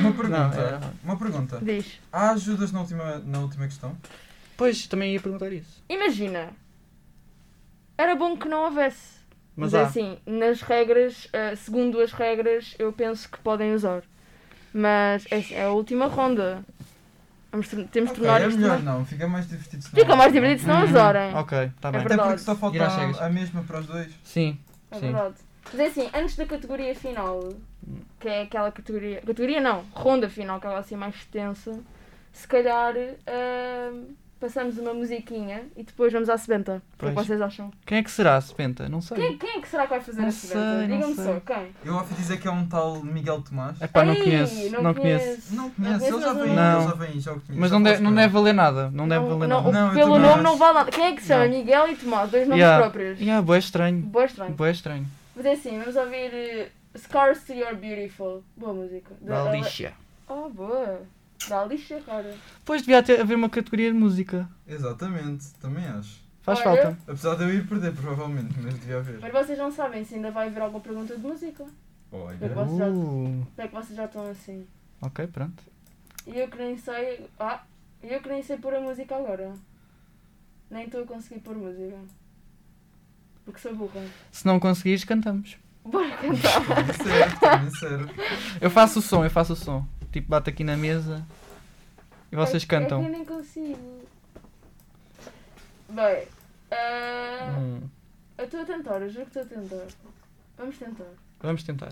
C: Uma pergunta.
B: era-
C: Uma pergunta.
A: Diz.
C: Há ajudas na última, na última questão?
B: Pois, também ia perguntar isso.
A: Imagina. Era bom que não houvesse.
B: Mas
A: Mas,
B: há.
A: é assim, nas regras, eh, segundo as regras, eu penso que podem usar. Mas é, é a última ronda. Vamos tor- temos de
C: Ok,
A: tornar
C: é
A: isto
C: melhor
A: mais-
C: não. Fica mais divertido se não
A: Fica
C: há.
A: mais divertido se não usarem.
B: Hum, Ok, está
A: É
B: bem.
A: verdade.
C: Até porque só falta
B: Ir às cegas.
C: a mesma para os dois.
B: Sim,
A: É
B: sim.
A: verdade. Mas é assim, antes da categoria final, que é aquela categoria. Categoria não, ronda final, que é assim mais tensa, se calhar ahm, passamos uma musiquinha e depois vamos à sebenta. O que é que
B: Pois.
A: vocês acham?
B: Quem é que será, Sepenta? Não sei.
A: Quem, quem é que será que vai fazer
B: Não
A: a
B: sei,
A: sebenta?
B: não
A: Digam-me
B: sei.
A: só, quem?
C: Eu ouvi dizer que é um tal Miguel Tomás.
B: É pá, não
A: Ei,
B: conheço. Não, conheço.
C: Não conheço,
A: conheço,
C: ele já
A: mas
C: vem, ele
B: não-
C: já vem, já o conheço.
B: Mas
C: já
B: não, de,
C: faço
B: não
C: com ele.
B: deve valer nada. Não deve
A: Não-
B: valer
A: não,
B: nada.
C: Não, eu
A: pelo
C: também
A: nome
C: acho.
A: não vale nada. Quem é que são?
B: Não.
A: Miguel e Tomás, dois nomes
B: Yeah.
A: próprios.
B: Yeah, boé estranho.
A: Boa estranho.
B: Boé estranho.
A: Mas é assim, vamos ouvir eh, Scars to Your Beautiful. Boa música.
B: Da
A: Ale-
B: lixa.
A: Oh, boa. Da lixa, cara.
B: Pois devia ter, haver uma categoria de música.
C: Exatamente, também acho.
B: Faz
A: Olha.
B: falta.
C: Apesar de eu ir perder, provavelmente, mas devia
A: Mas
C: haver.
A: vocês não sabem se ainda vai haver alguma pergunta de música. Eu
C: Olha.
A: gosto já.
B: Uh,
A: Como é que vocês já estão assim?
B: ok, pronto.
A: E eu que nem sei. Ah, e eu que nem sei pôr a música agora. Nem estou a conseguir pôr música. Porque sou burra.
B: Se não conseguires, cantamos.
A: Bora cantar.
C: Também sério, também sério.
B: Eu faço o som, eu faço o som. Tipo, bato aqui na mesa e vocês
A: É- É
B: cantam.
A: que eu nem consigo. Bem. ah,
B: Hum,
A: eu estou a tentar, eu juro que estou a tentar. Vamos tentar.
B: vamos tentar.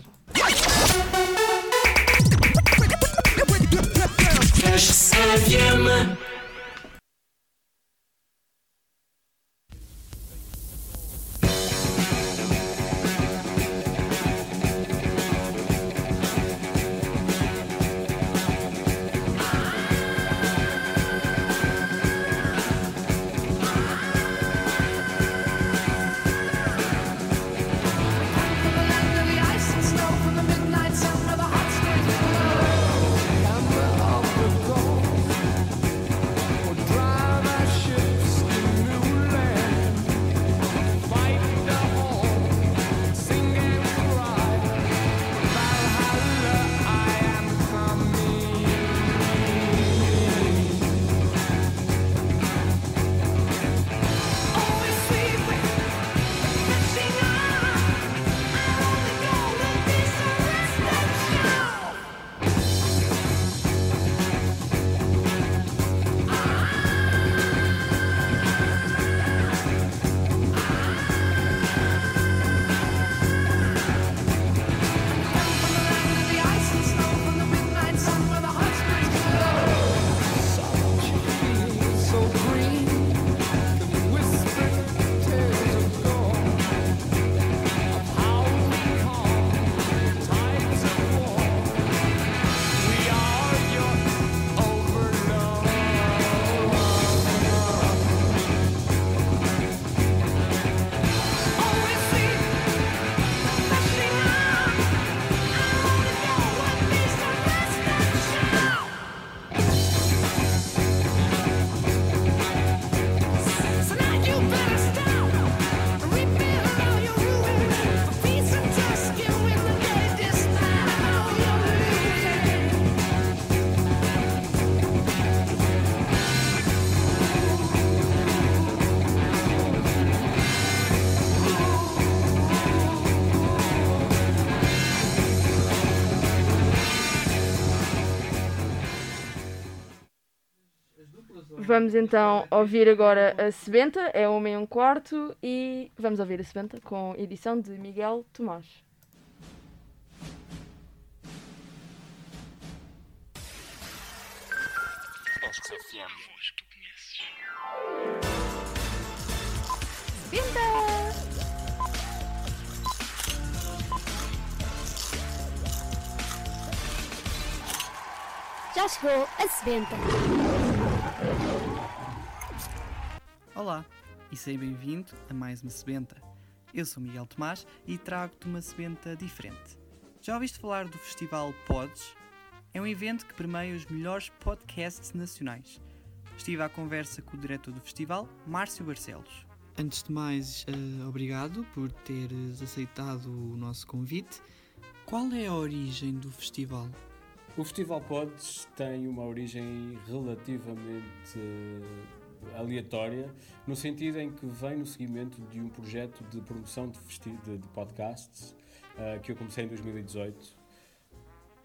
G: Oh,
A: Vamos então ouvir agora a Sebenta, é uma e um quarto, e vamos ouvir a Sebenta com edição de Miguel Tomás.
J: Já chegou a sebenta.
E: Olá e seja bem-vindo a mais uma sebenta. Eu sou Miguel Tomás e trago-te uma sebenta diferente. Já ouviste falar do Festival Pods? É um evento que permeia os melhores podcasts nacionais. Estive à conversa com o diretor do festival, Márcio Barcelos. Antes de mais,
K: eh,
E: obrigado por teres aceitado o nosso convite. Qual é a origem do festival?
J: O Festival Pods tem uma origem relativamente eh, aleatória, no sentido em que vem no seguimento de um projeto de promoção de, festi- de- de podcasts eh, que eu comecei em 2018,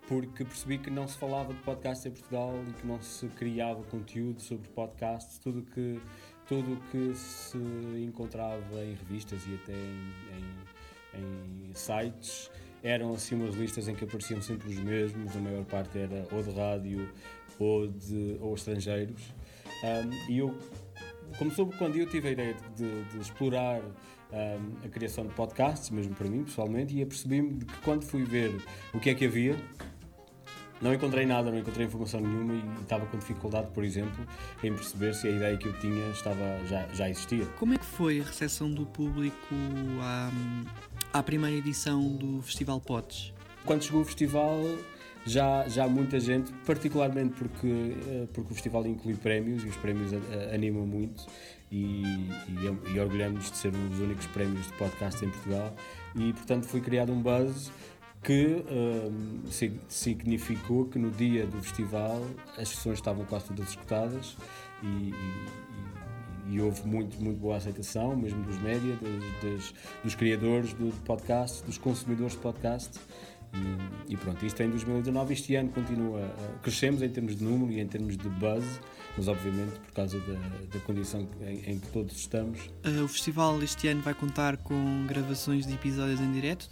J: porque percebi que não se falava de podcasts em Portugal e que não se criava conteúdo sobre podcasts, tudo que tudo que se encontrava em revistas e até em, em- em sites eram assim umas listas em que apareciam sempre os mesmos, a maior parte era ou de rádio ou de ou estrangeiros. Ahm, e eu começou quando eu tive a ideia de, de- de explorar ahm, a criação de podcasts, mesmo para mim pessoalmente, e apercebi-me de que quando fui ver o que é que havia, não encontrei nada, não encontrei informação nenhuma e estava com dificuldade, por exemplo, em perceber se a ideia que eu tinha estava, já, já existia.
K: Como é que foi a recepção do público à, à primeira edição do Festival Potes?
J: Quando chegou o festival, já, já muita gente, particularmente porque, eh, porque o festival inclui prémios e os prémios eh, animam muito e, e, e orgulhamos de ser um dos únicos prémios de podcast em Portugal e, portanto, foi criado um buzz que hum, sig- significou que no dia do festival as sessões estavam quase todas escutadas e, e- e- e houve muito, muito boa aceitação, mesmo dos média, das- das- dos criadores do do podcast, dos consumidores de podcast. E, e pronto, isto é em 2019. Este ano continua, a- crescemos em termos de número e em termos de buzz, mas obviamente por causa da, da condição em- em que todos estamos,
K: Ah, o festival este ano vai contar com gravações de episódios em direto.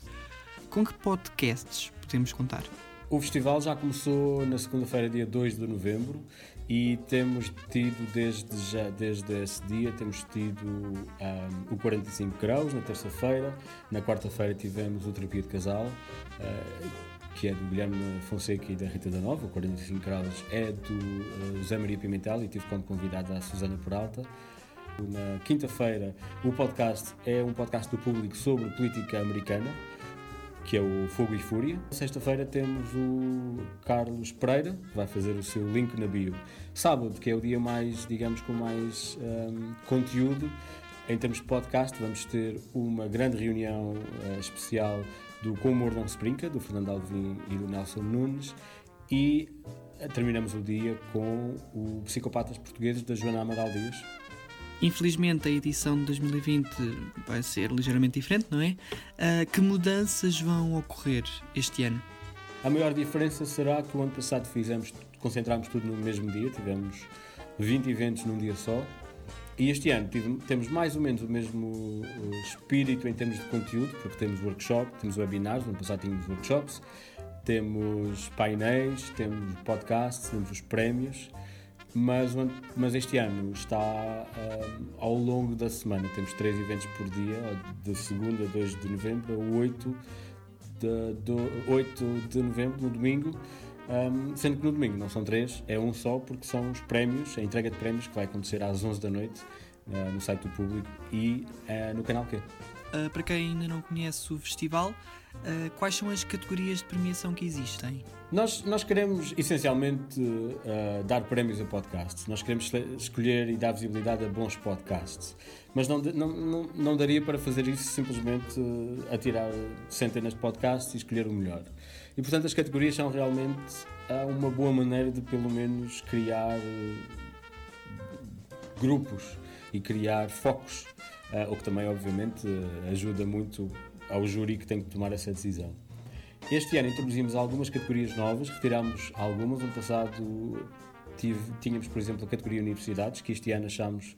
K: Com que podcasts podemos contar?
J: O festival já começou na segunda-feira, dia 2 de novembro, e temos tido desde, já, desde esse dia, temos tido ahm, o 45 graus na terça-feira, na quarta-feira tivemos o Terapia de Casal, ah, que é do Guilherme Fonseca e da Rita da Nova, o 45 graus é do ah, José Maria Pimentel e tive como convidada a Susana Peralta. Na quinta-feira, o podcast é um podcast do público sobre política americana, que é o Fogo e Fúria. Sexta-feira temos o Carlos Pereira, que vai fazer o seu link na bio. Sábado, que é o dia mais, digamos, com mais ahm, conteúdo, em termos de podcast, vamos ter uma grande reunião eh, especial do Com o Humor Não Se Brinca, do Fernando Alvim e do Nelson Nunes. E eh, terminamos o dia com o Psicopatas Portugueses, da Joana Amaral Dias.
K: Infelizmente, a edição de 2020 vai ser ligeiramente diferente, não é? Ah, que mudanças vão ocorrer este ano?
J: A maior diferença será que o ano passado fizemos, concentrámos tudo no mesmo dia, tivemos 20 eventos num dia só. E este ano tive- temos mais ou menos o mesmo eh, espírito em termos de conteúdo, porque temos workshop, temos webinars, no ano passado tínhamos workshops, temos painéis, temos podcasts, temos os prémios, mas, o ano- mas este ano está ah, ao longo da semana, temos três eventos por dia, de segunda, 2 de novembro, a 8 de, do 8 de novembro, no domingo. Ahm, sendo que no domingo não são três, é um só, porque são os prémios, a entrega de prémios que vai acontecer às 11 da noite ah, no site do público e ah, no canal Q.
K: Ah, para quem ainda não conhece o festival, ah, quais são as categorias de premiação que existem?
J: Nós, nós queremos essencialmente eh, dar prémios a podcasts, nós queremos esle- escolher e dar visibilidade a bons podcasts, mas não, de- não, não, não daria para fazer isso simplesmente eh, atirar centenas de podcasts e escolher o melhor. E portanto as categorias são realmente ah, uma boa maneira de pelo menos criar eh, grupos e criar focos, ah, o que também obviamente eh, ajuda muito ao júri que tem que tomar essa decisão. Este ano introduzimos algumas categorias novas, retirámos algumas. Ano passado tive- tínhamos, por exemplo, a categoria Universidades, que este ano achámos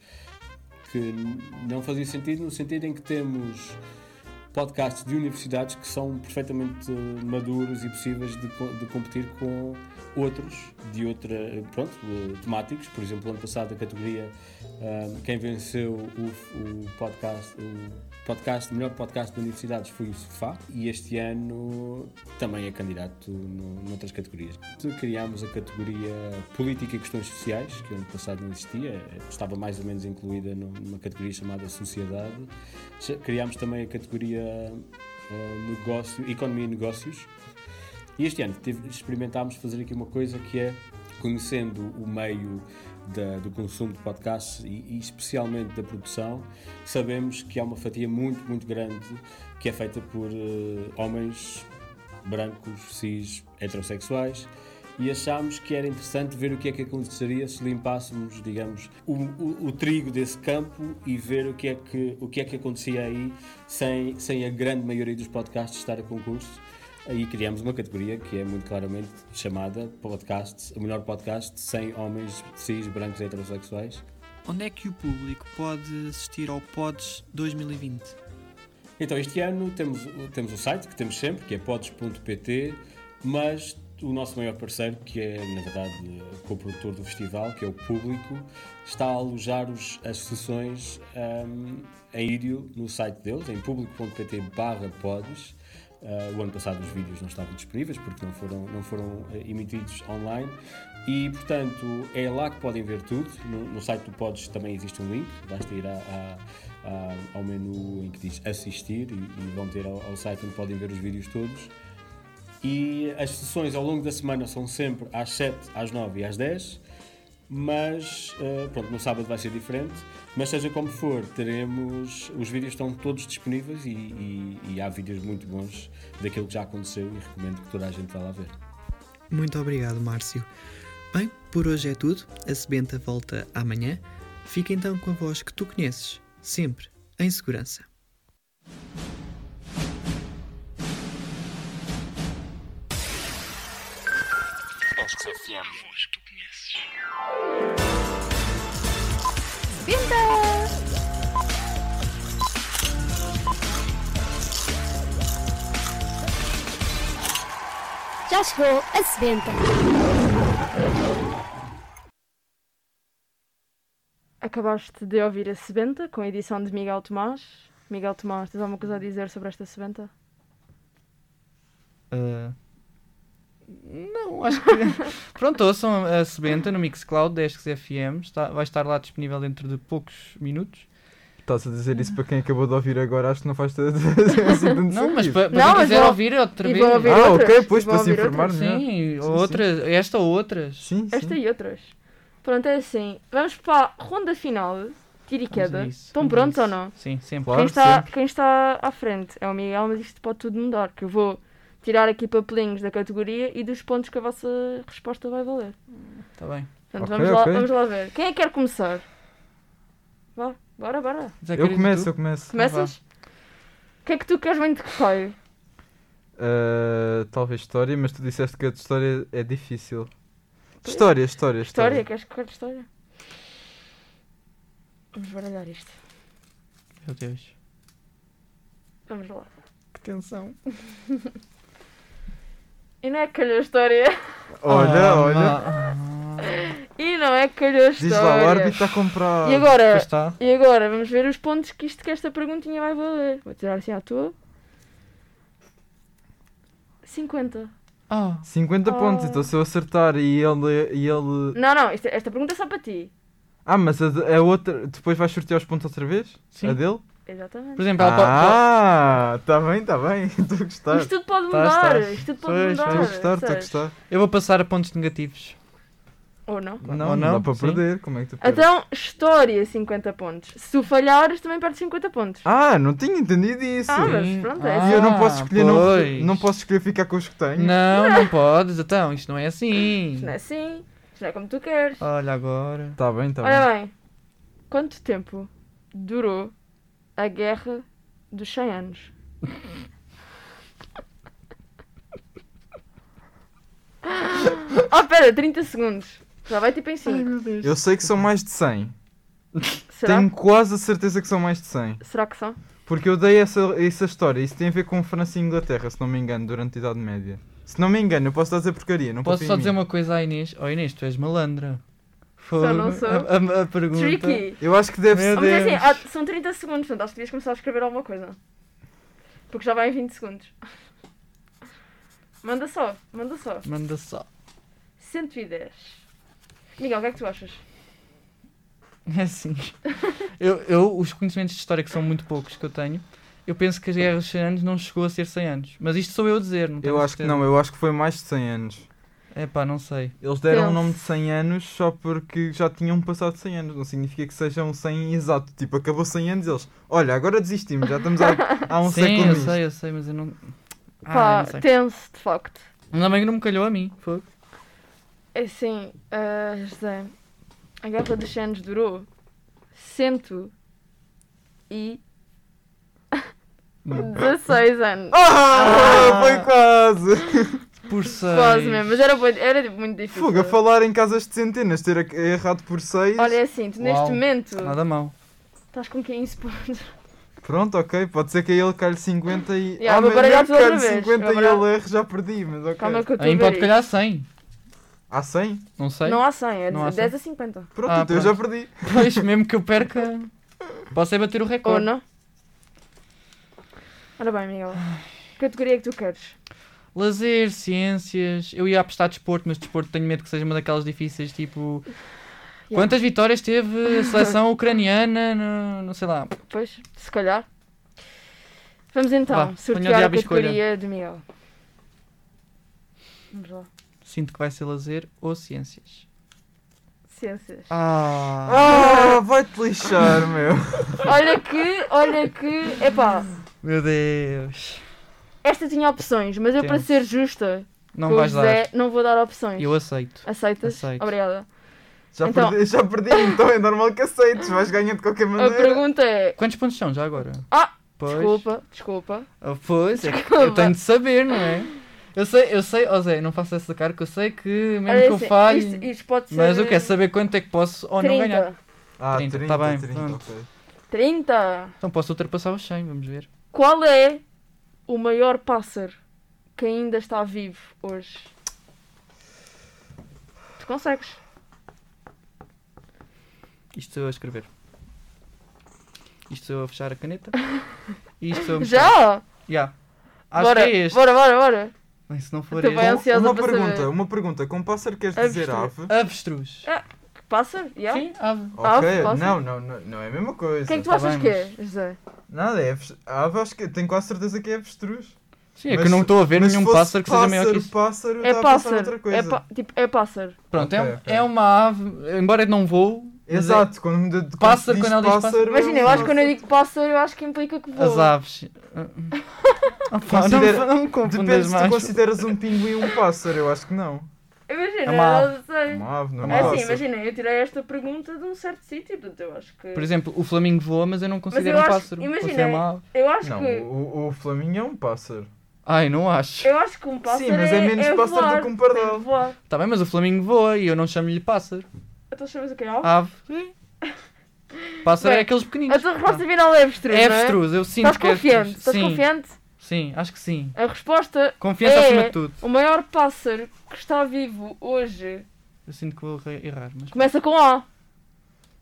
J: que n- não fazia sentido, no sentido em que temos podcasts de universidades que são perfeitamente eh, maduros e possíveis de, co- de competir com outros de outra, pronto, eh, temáticos. Por exemplo, ano passado a categoria ah, quem venceu o, o podcast, o podcast, o melhor podcast de universidades foi o Sofá e este ano também é candidato no, noutras categorias. Criámos a categoria Política e Questões Sociais, que ano passado não existia, eh, estava mais ou menos incluída num- numa categoria chamada Sociedade. Che- Criámos também a categoria eh, negócio, Economia e Negócios. E este ano tive- experimentámos fazer aqui uma coisa que é, conhecendo o meio da- do consumo de podcasts e, e especialmente da produção, sabemos que há uma fatia muito, muito grande que é feita por eh, homens brancos, cis, heterossexuais e achámos que era interessante ver o que é que aconteceria se limpássemos, digamos, o, o- o trigo desse campo e ver o que é que, o que, é que acontecia aí sem, sem a grande maioria dos podcasts estar a concurso. Aí criámos uma categoria que é muito claramente chamada podcasts, o melhor podcast sem homens cis, brancos e heterossexuais.
K: Onde é que o público pode assistir ao Pods 2020?
J: Então, este ano temos, o- temos o site que temos sempre, que é pods.pt, mas o nosso maior parceiro, que é, na verdade, eh, co-produtor do festival, que é o público, está a alojar os- as sessões ahm, em vídeo no site deles, em público.pt barra pods. Ah, o ano passado os vídeos não estavam disponíveis porque não foram, não foram eh, emitidos online e, portanto, é lá que podem ver tudo. No, no site do Pods também existe um link, basta ir à- à- à- ao menu em que diz assistir e, e vão ter ao, ao site onde podem ver os vídeos todos. E as sessões ao longo da semana são sempre às 7, às 9 e às 10. Mas, eh, pronto, no sábado vai ser diferente. Mas seja como for, teremos. Os vídeos estão todos disponíveis e, e- e há vídeos muito bons daquilo que já aconteceu e recomendo que toda a gente vá lá ver.
K: Muito obrigado, Márcio. Bem, por hoje é tudo. A Sebenta volta amanhã. Fica então com a voz que tu conheces, sempre em segurança.
L: Vinda! Já chegou a sebenta.
A: Acabaste de ouvir a Sebenta com a edição de Miguel Tomás. Miguel Tomás, tens alguma coisa a dizer sobre esta Sebenta?
B: Não, acho que. Pronto, ouçam a Sebenta no Mixcloud 10 FM. Está, vai estar lá disponível dentro de poucos minutos.
C: Estás a dizer isso para quem acabou de ouvir agora, acho que não faz tanto assim tanto
B: Não, mas
C: sentido.
B: para, para quem quiser ouvir outra vez.
C: ah, ok, pois para se informar, não é?
B: Sim,
C: sim.
B: outras, esta ou outras.
C: Sim,
A: Esta e outras. Pronto, é assim. Vamos para a ronda final. Tiro e
B: Vamos a
A: queda.
B: isso,
A: Estão
B: vamos a
A: prontos
B: isso.
A: ou não?
B: Sim, sempre.
A: quem, está, quem está à frente é o Miguel, mas isto pode tudo mudar. Que eu vou tirar aqui papelinhos da categoria e dos pontos que a vossa resposta vai valer.
B: Está Tá bem.
A: Portanto,
C: Ok,
A: vamos, lá,
C: ok.
A: vamos lá ver. Quem é que quer começar? Vá, bora, bora.
C: Eu começo, eu começo.
A: Começas? O que é que tu queres muito que saia?
C: Ah, talvez história, mas tu disseste que a de história é difícil. História, história,
A: História?
C: história.
A: Queres que conte história? Vamos baralhar isto.
B: Meu Deus.
A: Vamos lá.
B: Que tensão.
A: E não é que calhou a história.
C: Olha,
B: Ah,
C: olha.
A: E não é que calhou a
C: Diz
A: história.
C: lá, o árbitro está comprado.
A: E agora,
C: Ah, Pois está.
A: e agora, vamos ver os pontos que isto que esta perguntinha vai valer. Vou tirar assim à tua. 50.
C: 50 pontos,
A: Ah.
C: então se eu acertar e ele. E ele...
A: Não, não, esta, esta pergunta é só para ti.
C: Ah, mas a, de- a outra. Depois vais sortear os pontos outra vez?
A: Sim.
C: A dele?
A: Exatamente.
B: é, Então,
C: Ah, está bem, está bem. Estou a gostar.
A: Isto tudo pode mudar, isto tudo pode mudar.
C: tá
B: Estou a gostar, estou a
A: sabes?
B: gostar. Eu vou passar a pontos negativos.
A: Ou não?
C: Não, não, dá para perder. Como é que tu perdes?
A: Então, história 50 pontos. Se tu falhares, também perdes 50 pontos.
C: Ah, não tinha entendido isso.
A: Ah, mas pronto, é
C: E eu não
A: assim.
C: posso escolher, não,
B: ah, pois.
C: não posso escolher ficar com os que tenho.
B: Não, não podes, então, isto não é assim.
A: Isto não é assim, isto não é como tu queres.
B: Olha agora.
C: Está Tá bem,
B: então,
C: está
A: Olha
B: né?
A: bem, quanto tempo durou a guerra dos 100 anos? oh, pera, 30 segundos. Já vai tipo em 5.
C: Eu sei que são mais de 100.
A: Será?
C: Tenho quase a certeza que são mais de 100.
A: Será que são?
C: Porque eu dei essa, essa história. Isso tem a ver com França e Inglaterra, se não me engano, durante a Idade Média. Se não me engano, eu posso estar a dizer porcaria. Não
B: Posso
C: confio
B: só
C: em
B: dizer
C: mim.
B: uma coisa à Inês? Oh Inês, tu és malandra.
A: Só não
B: Fogo.
A: sou.
B: A, a- a é pergunta.
A: Tricky.
C: Eu acho que deve
B: Meu
A: Vamos dizer
B: Deus.
A: assim, ah, são 30 segundos, portanto acho que devias começar a escrever alguma coisa. Porque já vai em 20 segundos. Manda só, manda só.
B: Manda só.
A: 110. Miguel, o que é que tu achas?
B: É assim. eu, eu, os conhecimentos de história, que são muito poucos que eu tenho, eu penso que a guerra dos 100 anos não chegou a ser 100 anos. Mas isto sou eu a dizer, não
C: Eu acho que não, eu acho que foi mais de 100 anos.
B: É pá, não sei.
C: Eles deram o
B: Penso.
C: nome de 100 anos só porque já tinham passado 100 anos. Não significa que sejam 100 exato. Tipo, acabou 100 anos e eles. Olha, agora desistimos, já estamos há, há um
B: Sim,
C: século.
B: eu
C: nisto."
B: sei, eu sei, mas eu não. Ah,
A: Pá,
B: não sei.
A: tenso, de facto.
B: Ainda bem que não me calhou a mim. Fogo.
A: Assim, ah, José, a Guerra dos Senos durou cento e 16 anos. Oh,
C: Ah, foi quase!
B: Por
A: Quase mesmo, mas era, boi- era tipo, muito difícil.
C: Fuga, falar em casas de centenas, ter ac- errado por 6.
A: Olha, é assim, tu neste momento
B: Nada mal.
A: estás com 15 pontos.
C: Pronto, ok, pode ser que a ele calhe 50 e.
A: Yeah, vou
C: mas
A: baralhar
C: mesmo
A: tudo outra
C: calhe
A: vez.
C: 50
A: Vou
C: e ele
A: baralhar.
C: erre, já perdi, mas ok.
A: Calma que eu estou
B: Aí
A: a ver
B: pode
A: isto.
B: calhar 100.
C: Há 100?
B: Não sei.
A: Não há 100, é
B: Não há
A: 10 a 50.
C: Pronto,
B: Ah,
C: então eu já perdi.
B: Pois, mesmo que eu perca, posso é bater o
A: Ou
B: recorde.
A: não? Ora bem, Miguel. Que categoria é que tu queres?
B: Lazer, ciências. Eu ia apostar desporto, mas desporto tenho medo que seja uma daquelas difíceis, tipo.
A: Yeah.
B: Quantas vitórias teve a seleção ucraniana? No, não sei lá.
A: Pois, se calhar. Vamos então
B: Vá, ponha o
A: sortear a
B: diabo e escolha.
A: categoria de Miguel. Vamos lá.
B: Sinto que vai ser lazer ou ciências.
A: Ciências.
B: Ah!
C: Ah, vai-te lixar, meu.
A: Olha que, olha que. Epá,
B: Meu Deus.
A: esta tinha opções, mas eu para
B: Temos.
A: ser justa
B: Não
A: com o
B: vais
A: José
B: dar.
A: não vou dar opções.
B: Eu aceito.
A: Aceitas?
B: Aceito.
A: Obrigada.
C: Já,
A: Então-
C: perdi, já perdi, então é normal que aceites, vais ganhar de qualquer
A: A
C: maneira.
A: pergunta é.
B: Quantos pontos são já agora?
A: Ah!
B: Pois.
A: Desculpa, desculpa.
B: Ah, Pois, é que eu tenho de saber, não é? Eu sei, eu sei, ó Zé, não faço essa cara que eu sei que mesmo
A: Olha,
B: que eu
A: assim,
B: falhe.
A: isto- isto pode ser-
B: Mas eu quero saber quanto é que posso ou não
A: 30.
B: ganhar.
C: Ah, 30,
B: tá bem.
C: 30,
B: pronto.
C: ok.
A: 30.
B: Então posso ultrapassar os 100, vamos ver.
A: Qual é o maior pássaro que ainda está vivo hoje? Tu consegues?
B: Isto sou eu a escrever. Isto sou eu a fechar a caneta. E isto sou eu a mostrar.
A: Já!
B: Já. Acho
A: bora,
B: que é este.
A: bora, Então bora, bora.
B: Bem, se não for
A: Estou bem
B: este.
A: ansiosa
C: uma
A: para
C: pergunta,
A: saber.
C: uma pergunta. Com um pássaro queres dizer ave?
A: Avestruz.
B: Avestruz.
A: Que pássaro? Yeah.
B: Sim, ave.
C: Ok,
A: pássaro.
C: não, não, não, não é a mesma coisa.
A: O que é que tu
C: tá
A: achas
C: bem,
A: que
C: mas-
A: é, José?
C: Nada, é aves- ave, acho que tenho quase certeza que é avestruz.
B: Sim, é que eu não estou a ver
C: mas
B: nenhum
C: se fosse
B: pássaro que seja maior que isso.
C: Pássaro, pássaro,
A: É
C: tá a pensar noutra
A: pássaro.
C: coisa.
A: É pá- tipo, é pássaro.
B: Pronto, é,
C: Ok,
B: um- é uma ave, embora eu não vou. mas é-
C: Exato, quando, me- quando
B: Pássaro,
C: diz
B: quando ela diz pássaro.
A: Imagina, eu acho que quando eu digo pássaro, eu acho que implica que voa.
B: As aves. Ah, pá, não,
C: Considera-
B: não me confundas
C: Depende se tu
B: mais.
C: consideras um pinguim um pássaro, eu acho que não.
A: Imagina,
B: É uma
A: eu
B: ave.
A: não sei.
C: É uma ave, não
A: É
C: é um
A: assim,
C: pássaro.
A: imagina, eu tirei esta pergunta de um certo sítio, portanto eu acho que.
B: Por exemplo, o flamingo voa, mas eu não
A: mas
B: considero
A: eu
B: um
A: acho,
B: pássaro.
A: Imagina, é-
B: Considero uma ave.
A: eu acho
C: Não,
A: que.
C: o, o flamingo é um pássaro.
B: Ai, não acho.
A: Eu acho que um pássaro.
C: mas é menos pássaro do
A: voar,
C: que um pardal.
A: tem de voar.
B: Tá bem, mas o flamingo voa e eu não chamo-lhe pássaro.
A: Então chamas o que é ave?
B: Ave. Pássaro
A: Bem,
B: é aqueles pequeninos.
A: A tua resposta final é avestruz.
B: É
A: não
B: avestruz, eu sinto
A: Estás
B: que é
A: confiante?
B: avestruz.
A: Estás
B: Sim.
A: confiante?
B: Sim, acho que sim.
A: A resposta.
B: Confiança
A: é
B: acima de tudo.
A: O maior pássaro que está vivo hoje
B: Eu sinto que vou re- errar, mas.
A: começa com A.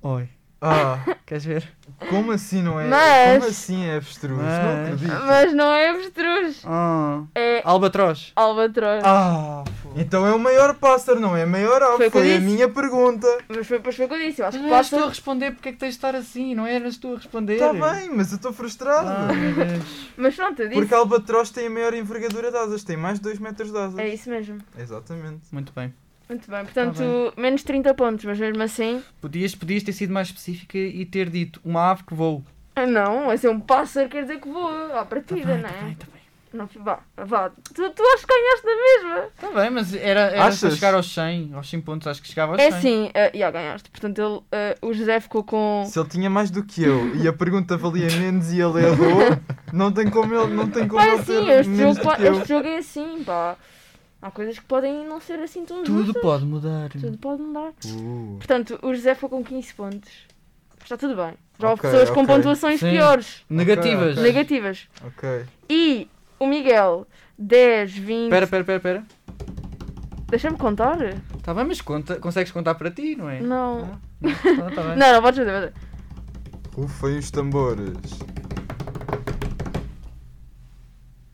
B: Oi.
C: Ah,
B: Queres ver?
C: como assim não é?
A: Mas-
C: Como assim é avestruz? Não
B: Mas-
C: acredito.
A: Mas não é avestruz.
B: Ah.
A: É
B: Albatroz.
A: albatroz.
B: Ah,
C: Então é o maior pássaro, não é a maior ave.
A: Foi o
C: Foi,
A: que eu
C: a
A: disse.
C: minha pergunta.
A: Mas foi, pois foi o que eu disse. Eu
C: Tipo,
A: acho que
B: Não eras tu Ah, a
A: pássaro.
B: responder, porque é que tens de estar assim? Não eras tu a responder?
C: Está Tá bem, mas eu estou frustrado.
B: Ah, meu Deus.
A: Mas pronto, eu disse.
C: Porque a albatroz tem a maior envergadura de asas, tem mais de 2 metros de asas.
A: É isso mesmo.
C: Exatamente.
B: Muito bem.
A: Muito bem. Portanto,
B: Tá
A: menos 30 pontos, mas mesmo assim.
B: Podias, podias ter sido mais específica e ter dito uma ave que voa.
A: Ah, Não, vai ser um pássaro, quer dizer que voa à
B: Tá Ah,
A: partida, não é? Não, vá, vá. Tu, tu acho que ganhaste na mesma.
B: Está Tá bem, mas era, era para
C: Achas?
B: chegar aos 100, aos 100 pontos, acho que chegava aos
A: É
B: 100.
A: sim, eh, já ganhaste. Portanto, ele, eh, o José ficou com.
C: Se ele tinha mais do que eu e a pergunta valia menos e ele errou, não tem como ele, não tem como
A: Pá, é
C: ele
A: assim,
C: ter
A: este
C: menos
A: jogo,
C: do
A: pá-
C: que eu.
A: este jogo é assim, pá. Há coisas que podem não ser assim tão
B: Tudo
A: justas.
B: pode mudar.
A: Tudo pode mudar.
C: Uh,
A: Portanto, o José ficou com 15 pontos. Está tudo bem. Já houve
C: Ok,
A: pessoas com
C: ok.
A: pontuações
B: Sim.
A: piores,
B: Negativas.
C: Ok.
A: negativas.
C: ok.
A: E o Miguel, 10, 20.
B: Espera, espera, espera, espera.
A: Deixa-me contar?
B: Está Tá bem, mas conta, consegues contar para ti, não é?
A: Não.
B: Tá, tá bem.
A: Não, não podes fazer.
C: Rufem Uh, os tambores.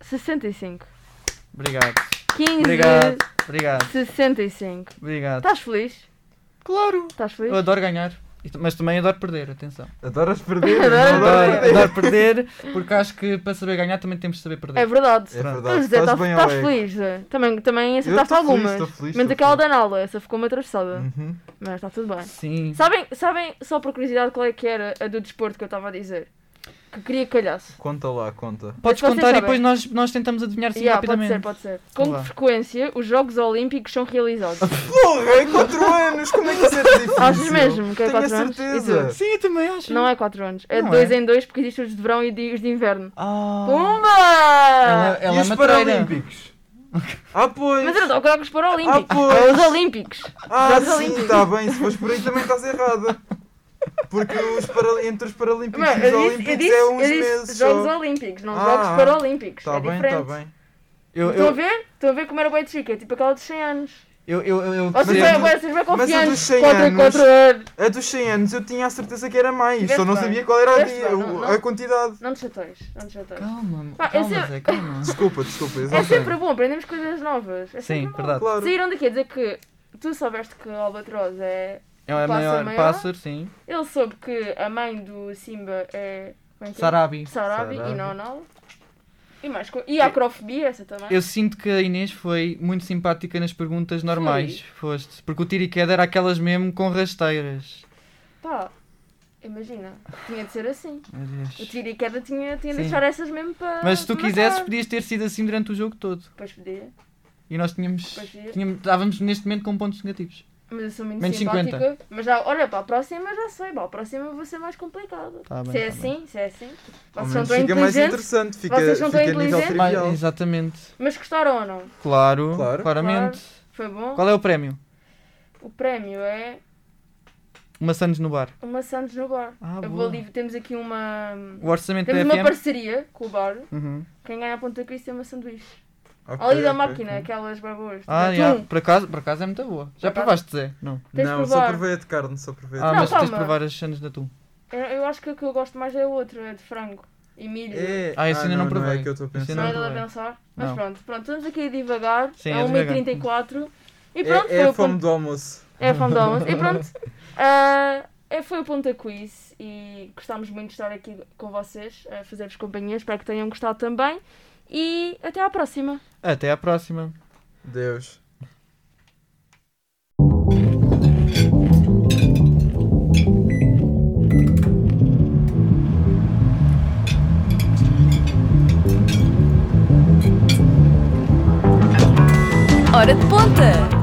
A: 65.
B: Obrigado.
A: 15.
B: Obrigado. Obrigado.
A: 65.
B: Obrigado.
A: Estás feliz?
B: Claro.
A: Estás feliz?
B: Eu adoro ganhar. E t- Mas também adoro perder, atenção.
C: Adoras perder?
A: Adoro
C: não adoras
B: Adoro,
A: perder.
B: adoro perder, porque acho que para saber ganhar também temos de saber perder.
A: É verdade.
C: É verdade,
A: Mas, Zé,
C: faz
A: estás
C: bem ao
A: estás
C: ego.
A: tá feliz, Zé. Também, também acertaste
C: tô feliz,
A: algumas.
C: tô feliz,
A: Menos
C: tô
A: aquela da
C: feliz.
A: Nala, essa ficou-me atravessada.
C: Uhum.
A: Mas está tudo bem.
B: Sim.
A: Sabem, sabem, só por curiosidade, qual é que era a do desporto que eu estava a dizer? que queria que calhasse.
C: Conta lá, conta.
B: Podes
A: Vocês
B: contar e
A: sabem.
B: depois nós, nós tentamos adivinhar assim
A: Yeah,
B: rapidamente.
A: Pode ser, pode ser. Com
B: Vá.
A: que frequência os Jogos Olímpicos são realizados?
C: Porra, é 4 anos! Como é que isso é difícil?
A: Achas mesmo que é
C: Tenho
A: 4
C: a
A: anos?
C: certeza.
A: E tu?
C: Sim,
B: eu também acho.
A: Não é 4 anos, é
B: Não
A: 2
B: é.
A: em 2 porque existem os de verão e de- os de inverno.
C: Ah.
B: Ela-
A: Pumba!
B: ela
C: e
B: é
C: os
B: matreira.
C: Paralímpicos? Ah, pois!
A: Mas eu não estou a colocar os Paralímpicos,
C: Ah, pois.
A: é os Olímpicos.
C: Ah,
A: Jogos
C: sim,
A: Olímpicos.
C: está bem, se fores por aí também estás errada. Porque os para... entre os Paralímpicos
A: Não,
C: e os
A: eu disse, eu
C: Olímpicos
A: disse,
C: é uns
A: eu disse
C: meses.
A: Jogos
C: só.
A: Olímpicos, não
C: Ah,
A: Jogos Paralímpicos.
C: Tá
A: é
C: bem,
A: diferente.
C: tá bem.
B: Eu,
A: Estão a
B: eu,
A: ver? Estão a ver como era o White Chick? É tipo aquela dos 100 anos.
B: eu, eu, eu, eu
A: Ou seja, é
B: queria-
A: vocês bem
B: é
C: Mas a dos
A: confiantes.
C: 100
A: Contra,
C: anos.
A: contra.
C: A dos 100 anos eu tinha a certeza que era mais,
A: Tiveste
C: só não
A: bem.
C: sabia qual era a,
A: Tiveste
C: dia-
A: bem, não-
C: o-
A: não.
C: a quantidade.
A: Não te chateias, não te chateias.
B: Calma,
A: Pá, é eu
B: calma,
A: sempre-
B: Zé, calma.
C: Desculpa, desculpa,
A: É
C: exatamente.
A: sempre bom, aprendemos coisas novas. É sempre
B: Sim,
A: bom.
B: verdade.
C: Claro.
A: Saíram daqui a dizer que tu soubeste que o Albatroz é.
B: É o
A: pássaro
B: maior pássaro, sim.
A: Ele soube que a mãe do Simba é. como é que é?
B: Sarabi.
A: Sarabi, e
B: Sarabi.
A: não Nala. E mais co- E a acrofobia, essa também.
B: Eu sinto que a Inês foi muito simpática nas perguntas normais. Foste. Porque o tiro e queda era aquelas mesmo com rasteiras.
A: Pá, imagina, tinha de ser assim.
B: Meu Deus.
A: O tiro é e queda tinha, tinha de
B: Sim.
A: deixar essas mesmo para.
B: Mas se tu
A: para matar.
B: quisesses, podias ter sido assim durante o jogo todo.
A: Pois podia.
B: E nós tínhamos,
A: Pois é.
B: tínhamos estávamos neste momento com pontos negativos.
A: Mas eu sou muito
B: Menos
A: simpática.
B: 50.
A: Mas já, olha, para a próxima já sei. Para a próxima vou ser mais complicada.
B: Tá bem,
A: se é
B: tá
A: assim, se é assim.
C: Ao
A: Vocês são
C: menos
A: tão
C: fica
A: inteligentes.
C: mais interessante, fica,
A: vocês são tão
C: fica a nível
A: inteligentes.
B: Mas-
C: trivial.
B: exatamente.
A: Mas gostaram ou não?
B: Claro,
C: Claro.
B: claramente.
A: Claro, Foi bom.
B: Qual é o prémio?
A: O prémio é
B: Uma Sandes no bar.
A: uma Santos no bar.
B: Ah,
A: Eu
B: boa. Um
A: vou ali- temos aqui uma.
B: O orçamento
A: Temos
B: da
A: uma
B: FM.
A: parceria com o bar.
B: Uhum.
A: Quem ganha a ponta com isso tem uma sanduíche.
C: Ok,
A: ali da
C: ok,
A: máquina,
C: ok.
A: aquelas babões. de
B: Ah,
A: atum.
B: já. Por, acaso, por acaso é muito boa. Já
A: acaso-
B: provaste, Zé? Não.
A: Tens de
C: Não, só
A: provar.
C: provei a de carne, só provei a de
B: Ah,
A: Não,
B: mas tens de
A: calma.
B: provar as Sandes da tu.
A: Eu, eu acho que a que eu gosto mais é a outra, a de frango e milho.
C: É-
B: Ah, esse ainda não
C: é
B: provei.
C: que eu estou a
B: Esse
C: pensar.
A: Não
B: ainda
A: é
B: não
A: de
B: provei.
A: pensar. Mas
B: Não.
A: pronto, pronto, estamos aqui a divagar.
B: Sim,
A: é
B: é
A: 1h34. E
C: É-
A: pronto,
C: é,
A: foi o
C: a fome
A: ponto.
C: do almoço.
A: É a fome do almoço. E pronto. ah, é, foi o Ponta Quiz e gostámos muito de estar aqui com vocês, a fazer-vos companhia. Espero que tenham gostado também. E até à próxima.
B: Até à próxima.
C: Deus.
M: Hora de ponta!